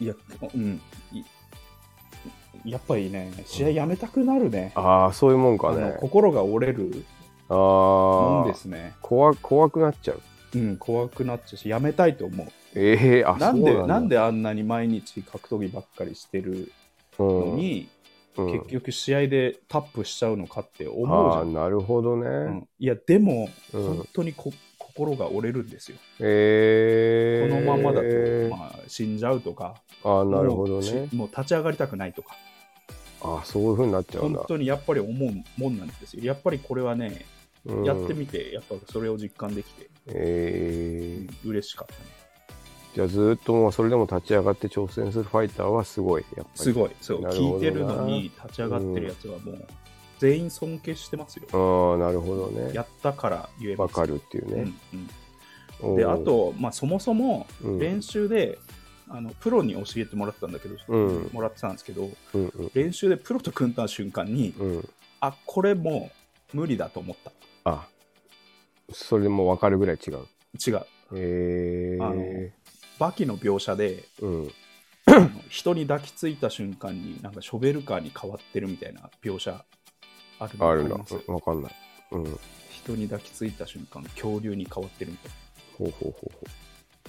A: いや、うん、いやっぱりね、試合やめたくなるね。
B: ああ、そういうもんか
A: あの
B: ね。
A: 心が折れる
B: あ
A: も
B: あ
A: んですね。
B: 怖怖くなっちゃう。
A: うん、怖くなっちゃうし、やめたいと思う。
B: ええあ
A: なんで
B: そう
A: な
B: なん
A: ん
B: だ
A: であんなに毎日格闘技ばっかりしてるのに、
B: うんうん
A: 結局試合でタップしちゃうのかって思うじゃ
B: ああ
A: ん。
B: なるほどね、
A: うんいやでも、
B: うん
A: 本当にこ心が折れるんですよ。
B: え
A: こ
B: え
A: のままだと、まあ、死んじゃうとか
B: ああなるほど
A: もう
B: ね
A: しもう立ち上がりたくないとか
B: ああそういうふうになっちゃうんだ
A: 本、当にやっぱり思うもんなんですよ。やっぱりこれはね、
B: うん
A: やってみてやっぱそれを実感できて、
B: ええ
A: 嬉しかったね。
B: じゃあずーっともうそれでも立ち上がって挑戦するファイターはすごいやっぱり
A: す
B: い
A: ごいそう
B: なる
A: 聞
B: ほどない
A: てるのに立ち上がってるやつはもう全員尊敬してますよ。
B: ああなるほどね
A: やったから言えま
B: わ
A: す。
B: かるっていうね、
A: うんう
B: お
A: ん、
B: ー
A: であと、まあ、そもそも
B: うん
A: 練習で、あのプロに教えてもらってたんだけど、
B: うん
A: もらってたんですけど
B: うんうん
A: 練習でプロと組んだ瞬間に、
B: うん
A: あこれもう無理だと思った
B: あそれでもうわかるぐらい違う
A: 違う
B: ええ
A: あのバキの描写で
B: うん
A: あの人に抱きついた瞬間になんかショベルカーに変わってるみたいな描写あるの
B: あるん
A: わかり
B: だ
A: ます
B: うんわかんないうんほ
A: 人に抱きついた瞬間恐竜に変わってるみたいな
B: うほうほうほう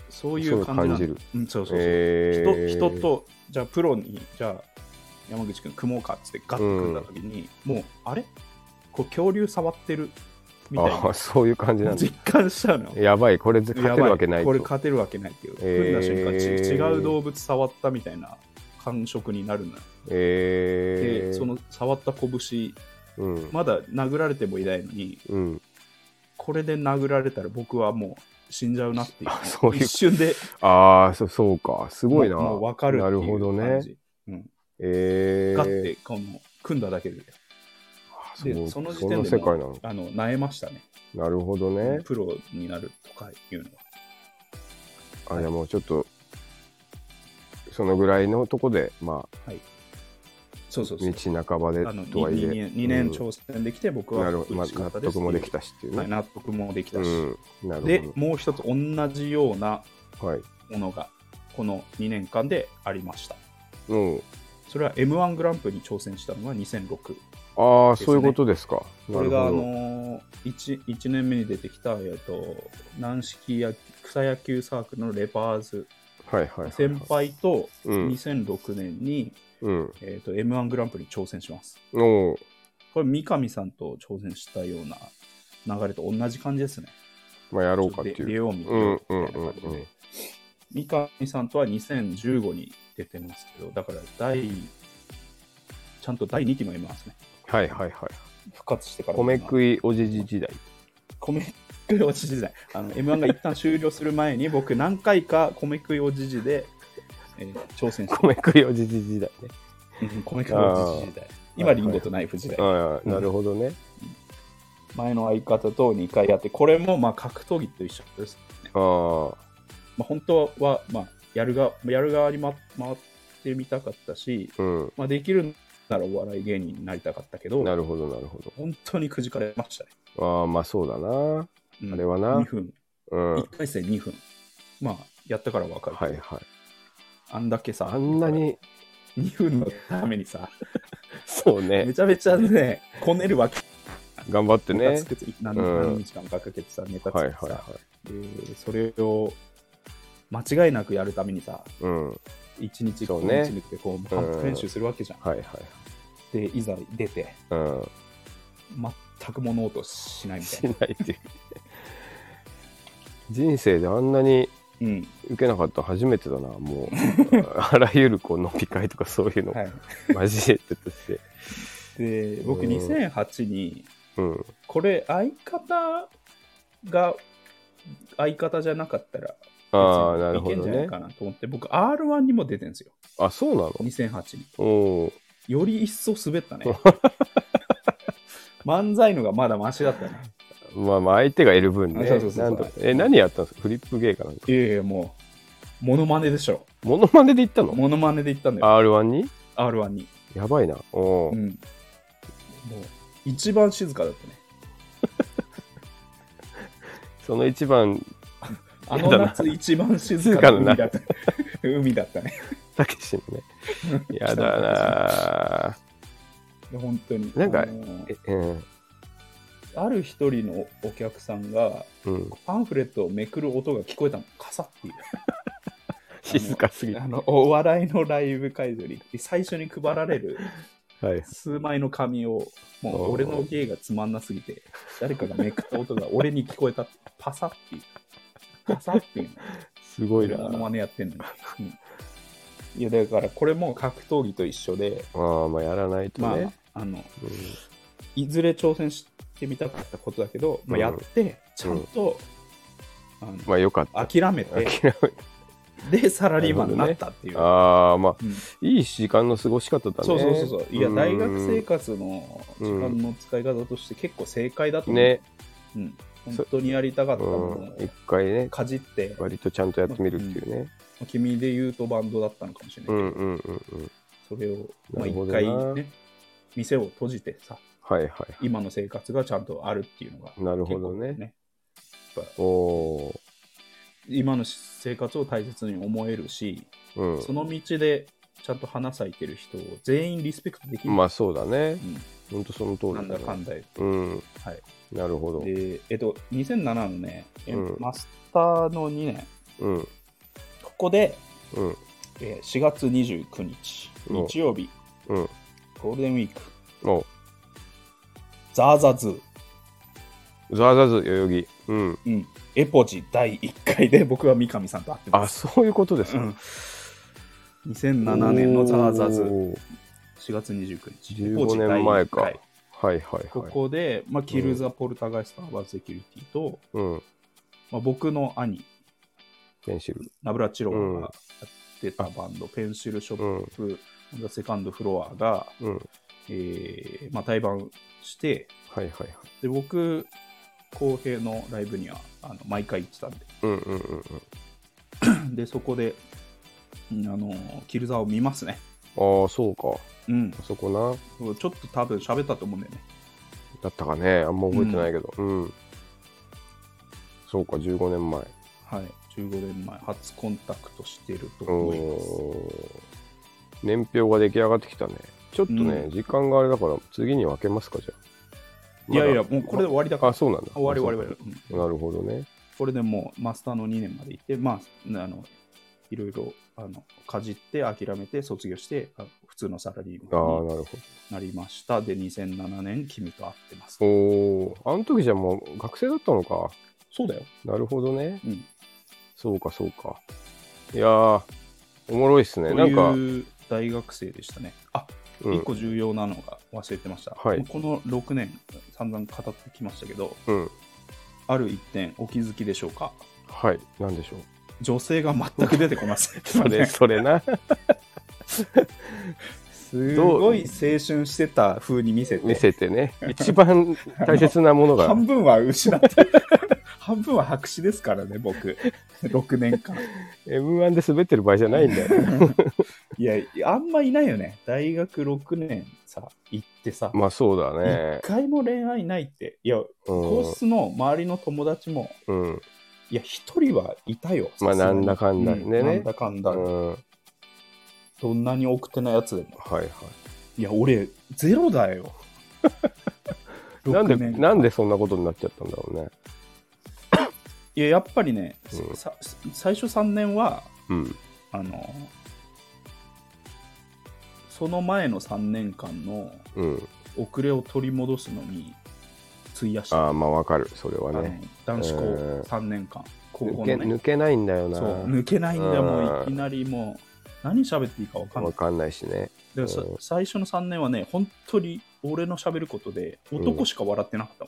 A: そういう感じなん
B: そういう感
A: うん、そうそうそう、
B: え
A: 人
B: え
A: 人とじゃあプロにじゃあ山口君組もうかっつってガッと組んだ時に、もうあれこう恐竜触ってるみたい
B: ああそういう感じな
A: なん
B: だ
A: 実感したの
B: やばいこれ勝
A: やば
B: てるわけないと
A: これ勝てるわけないっていう、
B: ええ
A: 組んだ瞬間ち違う動物触ったみたいな感触になるんだ、で
B: えー、
A: その触った拳
B: うん、
A: まだ殴られてもいないのに
B: うん、
A: これで殴られたら僕はもう死んじゃうなっていう
B: あそういう
A: 一瞬で
B: ああそそうかすごいな
A: もうもう分かるって
B: な
A: いう
B: る
A: 感じ
B: ほどねえー、
A: ガッてこの組んだだけで
B: あそう
A: でその時点で
B: そんな世
A: も
B: 界なの
A: あの萎えましたね
B: なるほどね
A: プロになるとかいうのは
B: あじゃあもうちょっとそのぐらいのとこでまあ
A: そうそうそう
B: 道半ばで
A: あの
B: とはいえ
A: 2, 年二年
B: うん
A: 挑戦できて僕は
B: なるほど、
A: 嬉
B: まあ、
A: しか
B: 納
A: ったです
B: 得もできたしっていうね、
A: はい納得もできたし、
B: うんなるほど
A: でもう一つ同じような
B: はい
A: ものがこの2年間でありました
B: うん
A: それは m 1グランプリに挑戦したのが2006
B: ああ、
A: ですね
B: そういうことですか
A: これがあ
B: なるほど
A: の 1, 一年目に出てきた、えっと、軟式や草野球サークルのレバーズ
B: はいはいはいはい
A: 先輩と
B: うん
A: 2006年に、
B: うん
A: えっと m 1グランプリに挑戦します
B: おう
A: これ三上さんと挑戦したような流れと同じ感じですね。
B: まあやろうかって
A: ちょっと出出
B: いう
A: ようみたい
B: うんうん
A: な
B: うん
A: 感じ
B: うん
A: で。三上さんとは2015に出てますけど、だから第、ちゃんと第2期もいますね。
B: はいはいはい
A: 復活してから。
B: 米食いおじじ時代。
A: 米食いおじ時代。あの、M1 が一旦終了する前に、僕何回か米食いおじじで、えー挑戦して
B: 米食いおじじ時代ね。
A: うん米食いおじじ時代。今、リンゴとナイフ時代。
B: あ
A: う
B: あ、
A: ん
B: なるほどね。
A: 前の相方と2回やって、これもまあ格闘技と一緒です。
B: あ
A: まあ、本当は、まあ、やる側やる側に、ま、回ってみたかったし、
B: あ、うん。
A: まあ、できるならお笑い芸人になりたかったけど、
B: なるほどなるほ
A: 本当にくじかれましたね。
B: ど。ああ、まあそうだな。
A: うん
B: あれはな
A: 2分、
B: うん。は
A: 1回戦2分。まあ、やったから分かるけど、
B: いはい。
A: あんだけさ、
B: あんなに、
A: 2分のためにさ、
B: そう ね
A: め。ちゃめちゃね、こねるわけ
B: 頑張ってね。
A: ネタ作って何
B: うん
A: 何日間かかけてさ、ネタ
B: は
A: 作
B: い
A: って
B: はい
A: さ
B: は、
A: でそれを間違いなくやるためにさ、
B: い。うん。はい
A: 1日
B: そ
A: こ
B: う
A: う
B: ね
A: 1日でこう、反復練習するわけじゃん。
B: はい。
A: で、いざ出て、
B: うん。
A: 全く物音しないみた
B: し
A: いな。
B: ないっていう人生であんなに
A: うん。
B: 受けなかったの初めてだなも うあらゆるこう飲み会とかそういうの
A: はい。
B: 交えてとして、
A: で、僕
B: うん
A: 2008に、
B: うん
A: これ相方が相方じゃなかったら、
B: ああ
A: 別にいけ
B: なるほ
A: ん
B: ど
A: じゃない
B: ね
A: かなと思って、僕 R1 にも出てるんですよ。
B: あそうなの
A: 2008に。
B: おお
A: より一層滑 ったね。漫才のがまだマシだったね。
B: ーまあまあ相手がいる分
A: あ
B: ね
A: そうそうそう
B: なんとかえ何やったんですかフリップゲーかなんか
A: いやいや、もう、モノマネでしょ。
B: モノマネで行ったの
A: モノマネで行ったんだよ、
B: R1 に
A: R1 に。
B: やばいなおお、
A: うん。もう、一番静かだったね。
B: その一番
A: あ
B: や
A: の
B: だな
A: 夏一番静かな海だった。 海だったね。
B: たけしのねやだ な
A: 本当に。
B: なんか
A: あの
B: ーえうん
A: ある一人のお客さんが、
B: うん、
A: パンフレットをめくる音が聞こえたの。カサッていう。
B: 静かすぎて
A: あの、お笑いのライブ会場に行って、最初に配られる
B: はい
A: 数枚の紙を、もう俺の芸がつまんなすぎて、誰かがめくった音が俺に聞こえた。パサッていう。パサッていうの。
B: すごいな
A: モノマネやってんのに。うんいや、だからこれも格闘技と一緒で、
B: ああまあやらないと
A: ま
B: ね、
A: あ、あの、
B: うん
A: いずれ挑戦してみたかったことだけど、まあ、
B: うん
A: やって、ちゃんと、あの
B: まあよかった
A: 諦めて、
B: 諦め
A: で、サラリーマンになったっていう。
B: ああまあ
A: うん
B: いい時間の過ごし方だね
A: そうそうそうそう。いや、
B: ん
A: 大学生活の時間の使い方として結構正解だと思う。
B: ね、
A: うん、本当にやりたかった
B: う
A: もの
B: ん
A: を、
B: 一回ね
A: かじって、
B: 割とちゃんとやってみるっていうね、
A: 君で言うとバンドだったのかもしれ
B: う
A: ない。
B: ん、うんうんうん
A: それを、ま
B: な
A: あ、
B: るほ
A: 一
B: どな
A: 回ね、店を閉じてさ、
B: はいはい
A: 今の生活がちゃんとあるっていうのが、
B: なるほどね
A: 結構やっぱ
B: おお
A: 今の生活を大切に思えるし、
B: ーうん
A: その道でちゃんと花咲いてる人を全員リスペクトできる。
B: まあそうだね
A: う
B: ほんとその通り
A: ん、な
B: だ
A: んだかんだ言って
B: うん
A: はい
B: なるほど
A: で、えっと、2007のね、え
B: うん
A: マスターの2年、
B: うん
A: ここで、
B: うん
A: えー4月29日、
B: お
A: 日曜日、
B: うん
A: ゴールデンウィーク、
B: お
A: ザーザズー、
B: ザーザーズ代々木うん
A: うん、エポジ第1回で 僕は三上さんと会ってま
B: あ
A: す。
B: そういうことです
A: う
B: か、
A: ん、2007年のザーザズー、
B: おー
A: 4月29日、エポ
B: 15
A: ジ第
B: 年
A: 一
B: 前かは
A: 回
B: いはいはい
A: ここで、まあ、キル・ザ・ポルターガイスト・アーバン・セキュリティと、
B: うん
A: まあ、僕の兄、
B: ペンシル
A: ナブラチロ
B: うん
A: ーがやってたバンド、ペンシル・ショ
B: う
A: ッ
B: ん
A: プ・ザ・セカンド・フロアが、
B: うん
A: えーまあ、対バンして、
B: はいはいはい
A: で僕、浩平のライブにはあの毎回行ってたんで、
B: うんうんうんうん
A: でそこで、うんあのキルザを見ますね。
B: ああそうか
A: うん、ち
B: あそこな
A: ょっと多分喋ったと思うんだよね。
B: だったかねあんま覚えてないけどうん、そうか15年前
A: はい、15年前、初コンタクトしてると思います。
B: おー年表が出来上がってきたねちょっとね、
A: うん
B: 時間があれだから次に分けますかじゃあ
A: いやいや、
B: ま
A: もうこれで終わりだ
B: だ
A: から
B: あ、そうなんだ
A: 終わり終わ
B: あ
A: り
B: そう
A: 終わり。うん
B: なるほどね
A: これでもうマスターの2年まで行って、まあ、あのいろいろあのかじって諦めて卒業してあ普通のサラリー
B: あ
A: マン
B: あ
A: に
B: なるほ
A: なりましたで2007年君と会ってます
B: どおおあの時じゃもう学生だったのか
A: そうだよ、
B: なるほどね
A: うん、
B: そうかそうかいやーおもろいっすね
A: と
B: なんか
A: いう大学生でしたねあ
B: うん
A: 一個重要なのが忘れてました、
B: はい
A: この6年散々語ってきましたけど
B: うん
A: ある一点お気づきでしょうか
B: はいなんでしょう
A: 女性が全く出てこません
B: それそれな
A: すごい青春してた風に見せて
B: 見せてね一番大切なものが
A: 半分は失って、 半分は白紙ですからね、僕、6年間。
B: m 1で滑ってる場合じゃないんだ よね
A: いや、あんまいないよね。大学6年さ、行ってさ、
B: まあそうだ
A: 一、
B: ね
A: 回も恋愛ないって、いや、
B: うん
A: 皇室の周りの友達も、
B: うん
A: いや、一人はいたよ。
B: まあ
A: さすがに
B: なんだかんだでね
A: うなんだかんだ、
B: うんはい
A: どんなに奥手なやつでも。
B: はい
A: いや、俺、ゼロだよ。
B: なんで
A: 6年
B: なんでそんなことになっちゃったんだろうね
A: いや、やっぱりね、
B: うん
A: さ最初3年は、
B: うん
A: あのその前の3年間の
B: うん
A: 遅れを取り戻すのに費やした。
B: ああ、まあわかる、それは
A: あの
B: ね。
A: 男子
B: うん
A: 校3年間、高
B: 抜
A: 校
B: け
A: のね
B: 抜。けないんだよな。
A: そう、抜けないんだよ、も
B: うん
A: ういきなりもう、何喋っていいか分かんな
B: わ
A: い。
B: かんないしね。
A: でもさ
B: うん
A: 最初の3年はね、本当に俺の喋ることで、男しか笑ってなかった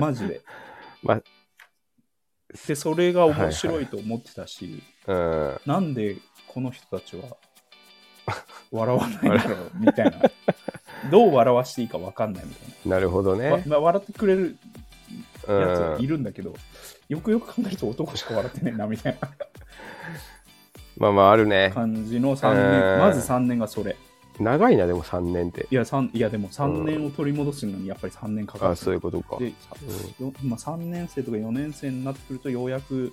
A: もん。マジで。
B: まあ、
A: で、それが面白いと思ってたし、
B: うん。
A: なんでこの人たち は笑わないんだろうみたいな。どう笑わしていいか分かんないみたいな。
B: なるほど
A: わ
B: ね。
A: まあ、笑ってくれる
B: う
A: やつは
B: ん
A: い。るんだけど、よくよく考えると男しか笑ってねえなみたいな。
B: まあまああるね。
A: 感じの
B: う
A: 3
B: ん
A: 年、まず3年がそれ。
B: 長いな、でも3年って。
A: いや、三いやでも3年を取り戻すのにやっぱり3年かかる。
B: あそういうことか。
A: で、さよまあ、3年生とか4年生になってくると、ようやく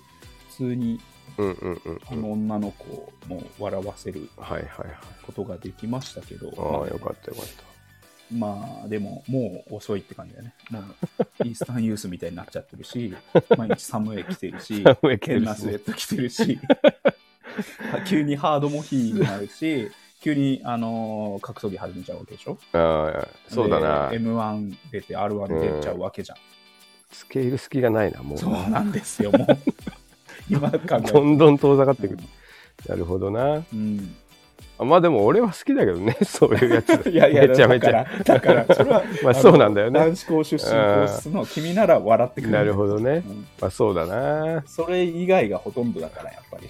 A: 普通に
B: うんうんうん
A: あ
B: うん。
A: の女の子をもう笑わせる
B: はいはいはい。
A: ことができましたけど、
B: あ
A: ま
B: あ、
A: あ
B: よかったよかった。
A: まあでももう遅いって感じだね。もうイースタンユースみたいになっちゃってる し、毎日寒い着てるし、
B: 寒い着てるし
A: 変なスウェット着てるし、急にハードモヒーになるし、急に、あのー格闘技始めちゃうわけでしょ
B: ああ、そうだな
A: で。M1 出て R1 出ちゃうわけじゃん。
B: スケール隙がないな、もう。
A: そうなんです よ、もう。今考え
B: どんどん遠ざかって
A: て
B: くる。なるほどな。
A: うん。
B: あまあでも俺は好きだけどね、 そういうや つ。
A: いやいや、
B: めちゃめちゃ。、
A: だから、だからそれは
B: まあそうなんだよね
A: あの男子校出身校室の君なら笑ってくれる。
B: なるほどね。
A: うん
B: まあそうだな。
A: それ以外がほとんどだから、やっぱり。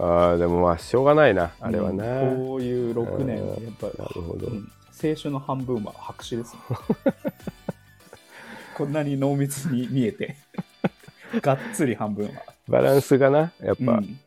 B: ああ、でもまあしょうがないな、あれはな。
A: うんこういう6年は、やっぱり
B: なるほど。
A: うん青春の半分は白紙ですね。 こんなに濃密に見えて、 がっつり半分は。
B: バランスがな、やっぱ、
A: うん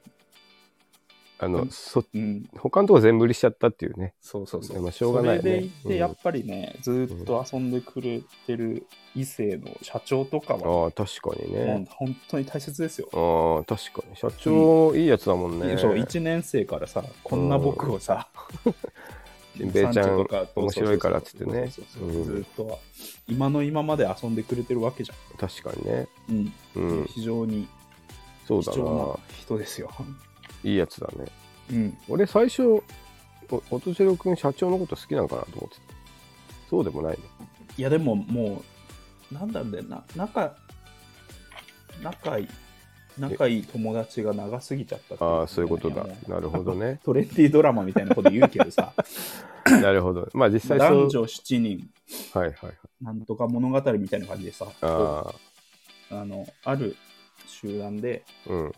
B: あの、そ、
A: うん、
B: 他のとこ全部売りしちゃったっていうね。
A: そうそうそう。
B: でもしょうがないね
A: それでいて、
B: うん
A: やっぱりね、ずーっと遊んでくれてる異性の社長とかは、
B: ああ、確かに
A: もう
B: ね。
A: 本当に大切ですよ。
B: ああ、確かに。社長、いいやつだもんね。
A: そう1年生からさ、こんな僕をさ、
B: うん べーちゃん
A: 30とか
B: 面白いからっつってね
A: そうそうそう
B: うん
A: ずーっとは今の今まで遊んでくれてるわけじ
B: 確かにね。
A: ゃん。うん
B: うん、
A: 非常に
B: そう
A: 貴
B: だ
A: 重
B: な。
A: な人ですよ。
B: いいやつだね。
A: うん、
B: 俺、最初、お音白くん社長のこと好きなのかなと思ってた。そうでもないね。
A: いや、でももう、なんだろうね、な仲、仲いい、仲いい友達が長すぎちゃったって
B: ああ、そういうことだ
A: やも。う
B: なるほどね。
A: トレンディードラマみたいなこと言うけど さ、
B: なるほど。まあ実際そう。
A: 男女7人、
B: はいはいはい。
A: なんとか物語みたいな感じでさ、こ
B: ああ、
A: うあのある集団で、
B: うん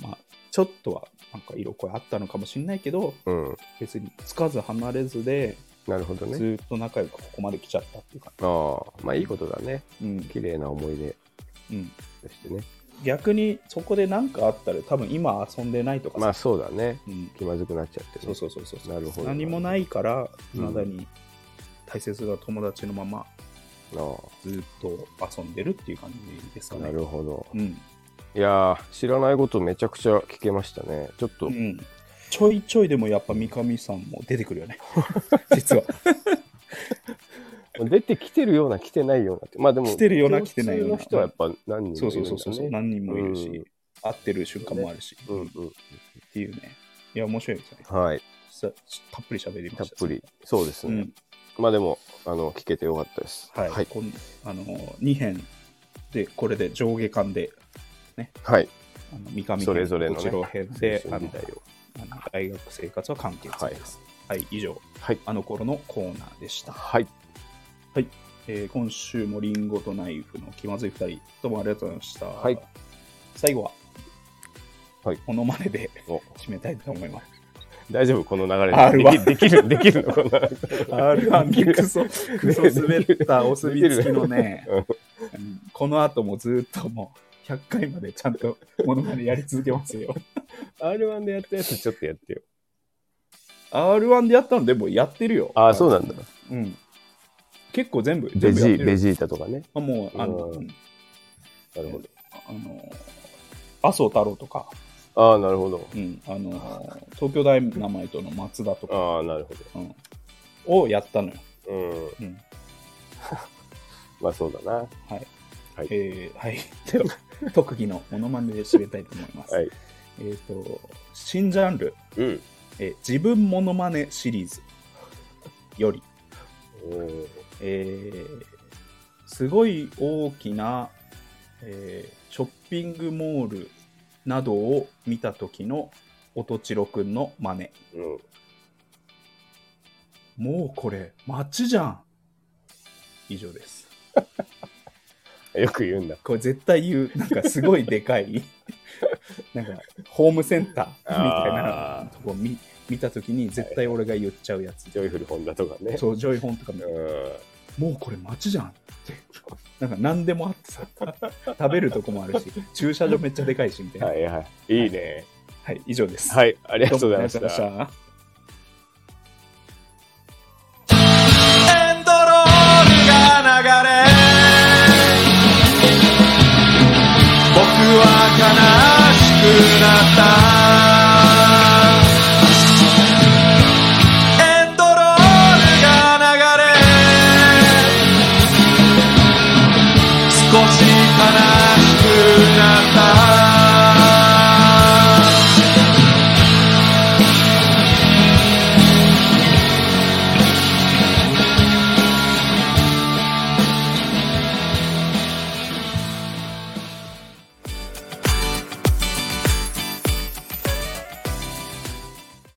A: まあ、ちょっとはなんか色恋あったのかもしれないけど、
B: うん。
A: 別につかず離れずで、
B: なるほど
A: ず
B: ね。
A: ーっと仲良くここまで来ちゃったっていうか、
B: ああ、まあいいことだね。
A: うん
B: 綺麗な思い出
A: うん、
B: としてね。
A: 逆にそこで何かあったら、多分今遊んでないとかさ、
B: まあそうだね。
A: うん、
B: 気まずくなっちゃってね。
A: そうそうそうそう。
B: なるほど
A: 何もないから、
B: うん
A: まだに大切な友達のままずっと遊んでるっていう感じですか
B: ああ、
A: ね。
B: なるほど。
A: うん。
B: いやー、知らないことめちゃくちゃ聞けましたね。ちょっと、
A: うん。ちょいちょいでもやっぱ三上さんも出てくるよ ね。実は。
B: 出てきてるような、来てないようなって。まあでも、
A: 来てるような来てないような
B: 普通の人はやっぱ何人
A: そ
B: も
A: う
B: い
A: そ
B: るん
A: う
B: だ
A: そ
B: ね。
A: うそう。何人もいるし、
B: うん
A: 会ってる瞬間もあるし、
B: うん
A: っ
B: うん。
A: ていうね。いや、面白いですね。
B: はい。
A: さたっぷり喋りま
B: たっ
A: した。
B: ぷり。そうです
A: う
B: ね。
A: ん。
B: まあでも、あの、聞けてよかったです。
A: はい。
B: はい。
A: こんあの2編で、これで上下巻で、
B: はい。
A: あの三上編
B: それぞれのね
A: こちら編で、
B: そう
A: あ
B: み
A: の
B: たいよ
A: あの大学生活は関係性です。はい、以上、
B: はい。
A: あの頃のコーナーでした。
B: はい。
A: えー今週もリンゴとナイフの気まずい2人、どうもありがとうございました。
B: はい
A: 最後は、
B: はい
A: このまねで
B: お
A: 締めたいと思います。
B: 大丈夫この流れ
A: R
B: で
A: は
B: できできるできるのこんな
A: R1 にクソ、クソ滑ったお墨付きのね
B: うん、
A: うんこの後もずっともう100回までちゃんとものまねやり続けますよ。
B: R1 でやったやつちょっとやってよ
A: R1 でやったのでもやってるよ。
B: ああそうなんだ
A: うん。結構全部、全
B: ベ
A: 部や
B: ジ
A: ってる
B: ベジータとかね
A: あもう、あの、
B: うんなるほど
A: あの麻生太郎とか、
B: ああなるほど
A: うんあの東京大名前との松田とか、
B: ああなる
A: う
B: ほ
A: んをやったのよ。
B: どうん
A: うん
B: まあそうだなは
A: はい
B: はい
A: えーはい、では特技のモノマネで締めたいと思います。
B: い
A: えっ、と新ジャンル、
B: うん
A: えー自分モノマネシリーズよりえーすごい大きな、えーショッピングモールなどを見た時の音千代くんの真似
B: うん、
A: もうこれ街じゃん以上です
B: よく言うんだ。
A: これ絶対言うなんかすごいでかい なんかホームセンターみたい
B: あ
A: な
B: ー
A: とこ見見た時に絶対俺が言っちゃうやつ、
B: ジョイフルホンダとかね。
A: そうジョイホンとかも
B: う
A: もうこれ街じゃんってなんか何でもあってさ食べるとこもあるし駐車場めっちゃでかいしみたい
B: ん。
A: なは、
B: はいいはい。いいね。
A: 以上です
B: はい、あり
A: あ
B: がとうございました。
A: た
C: エンドロールが流れ僕は悲しくなった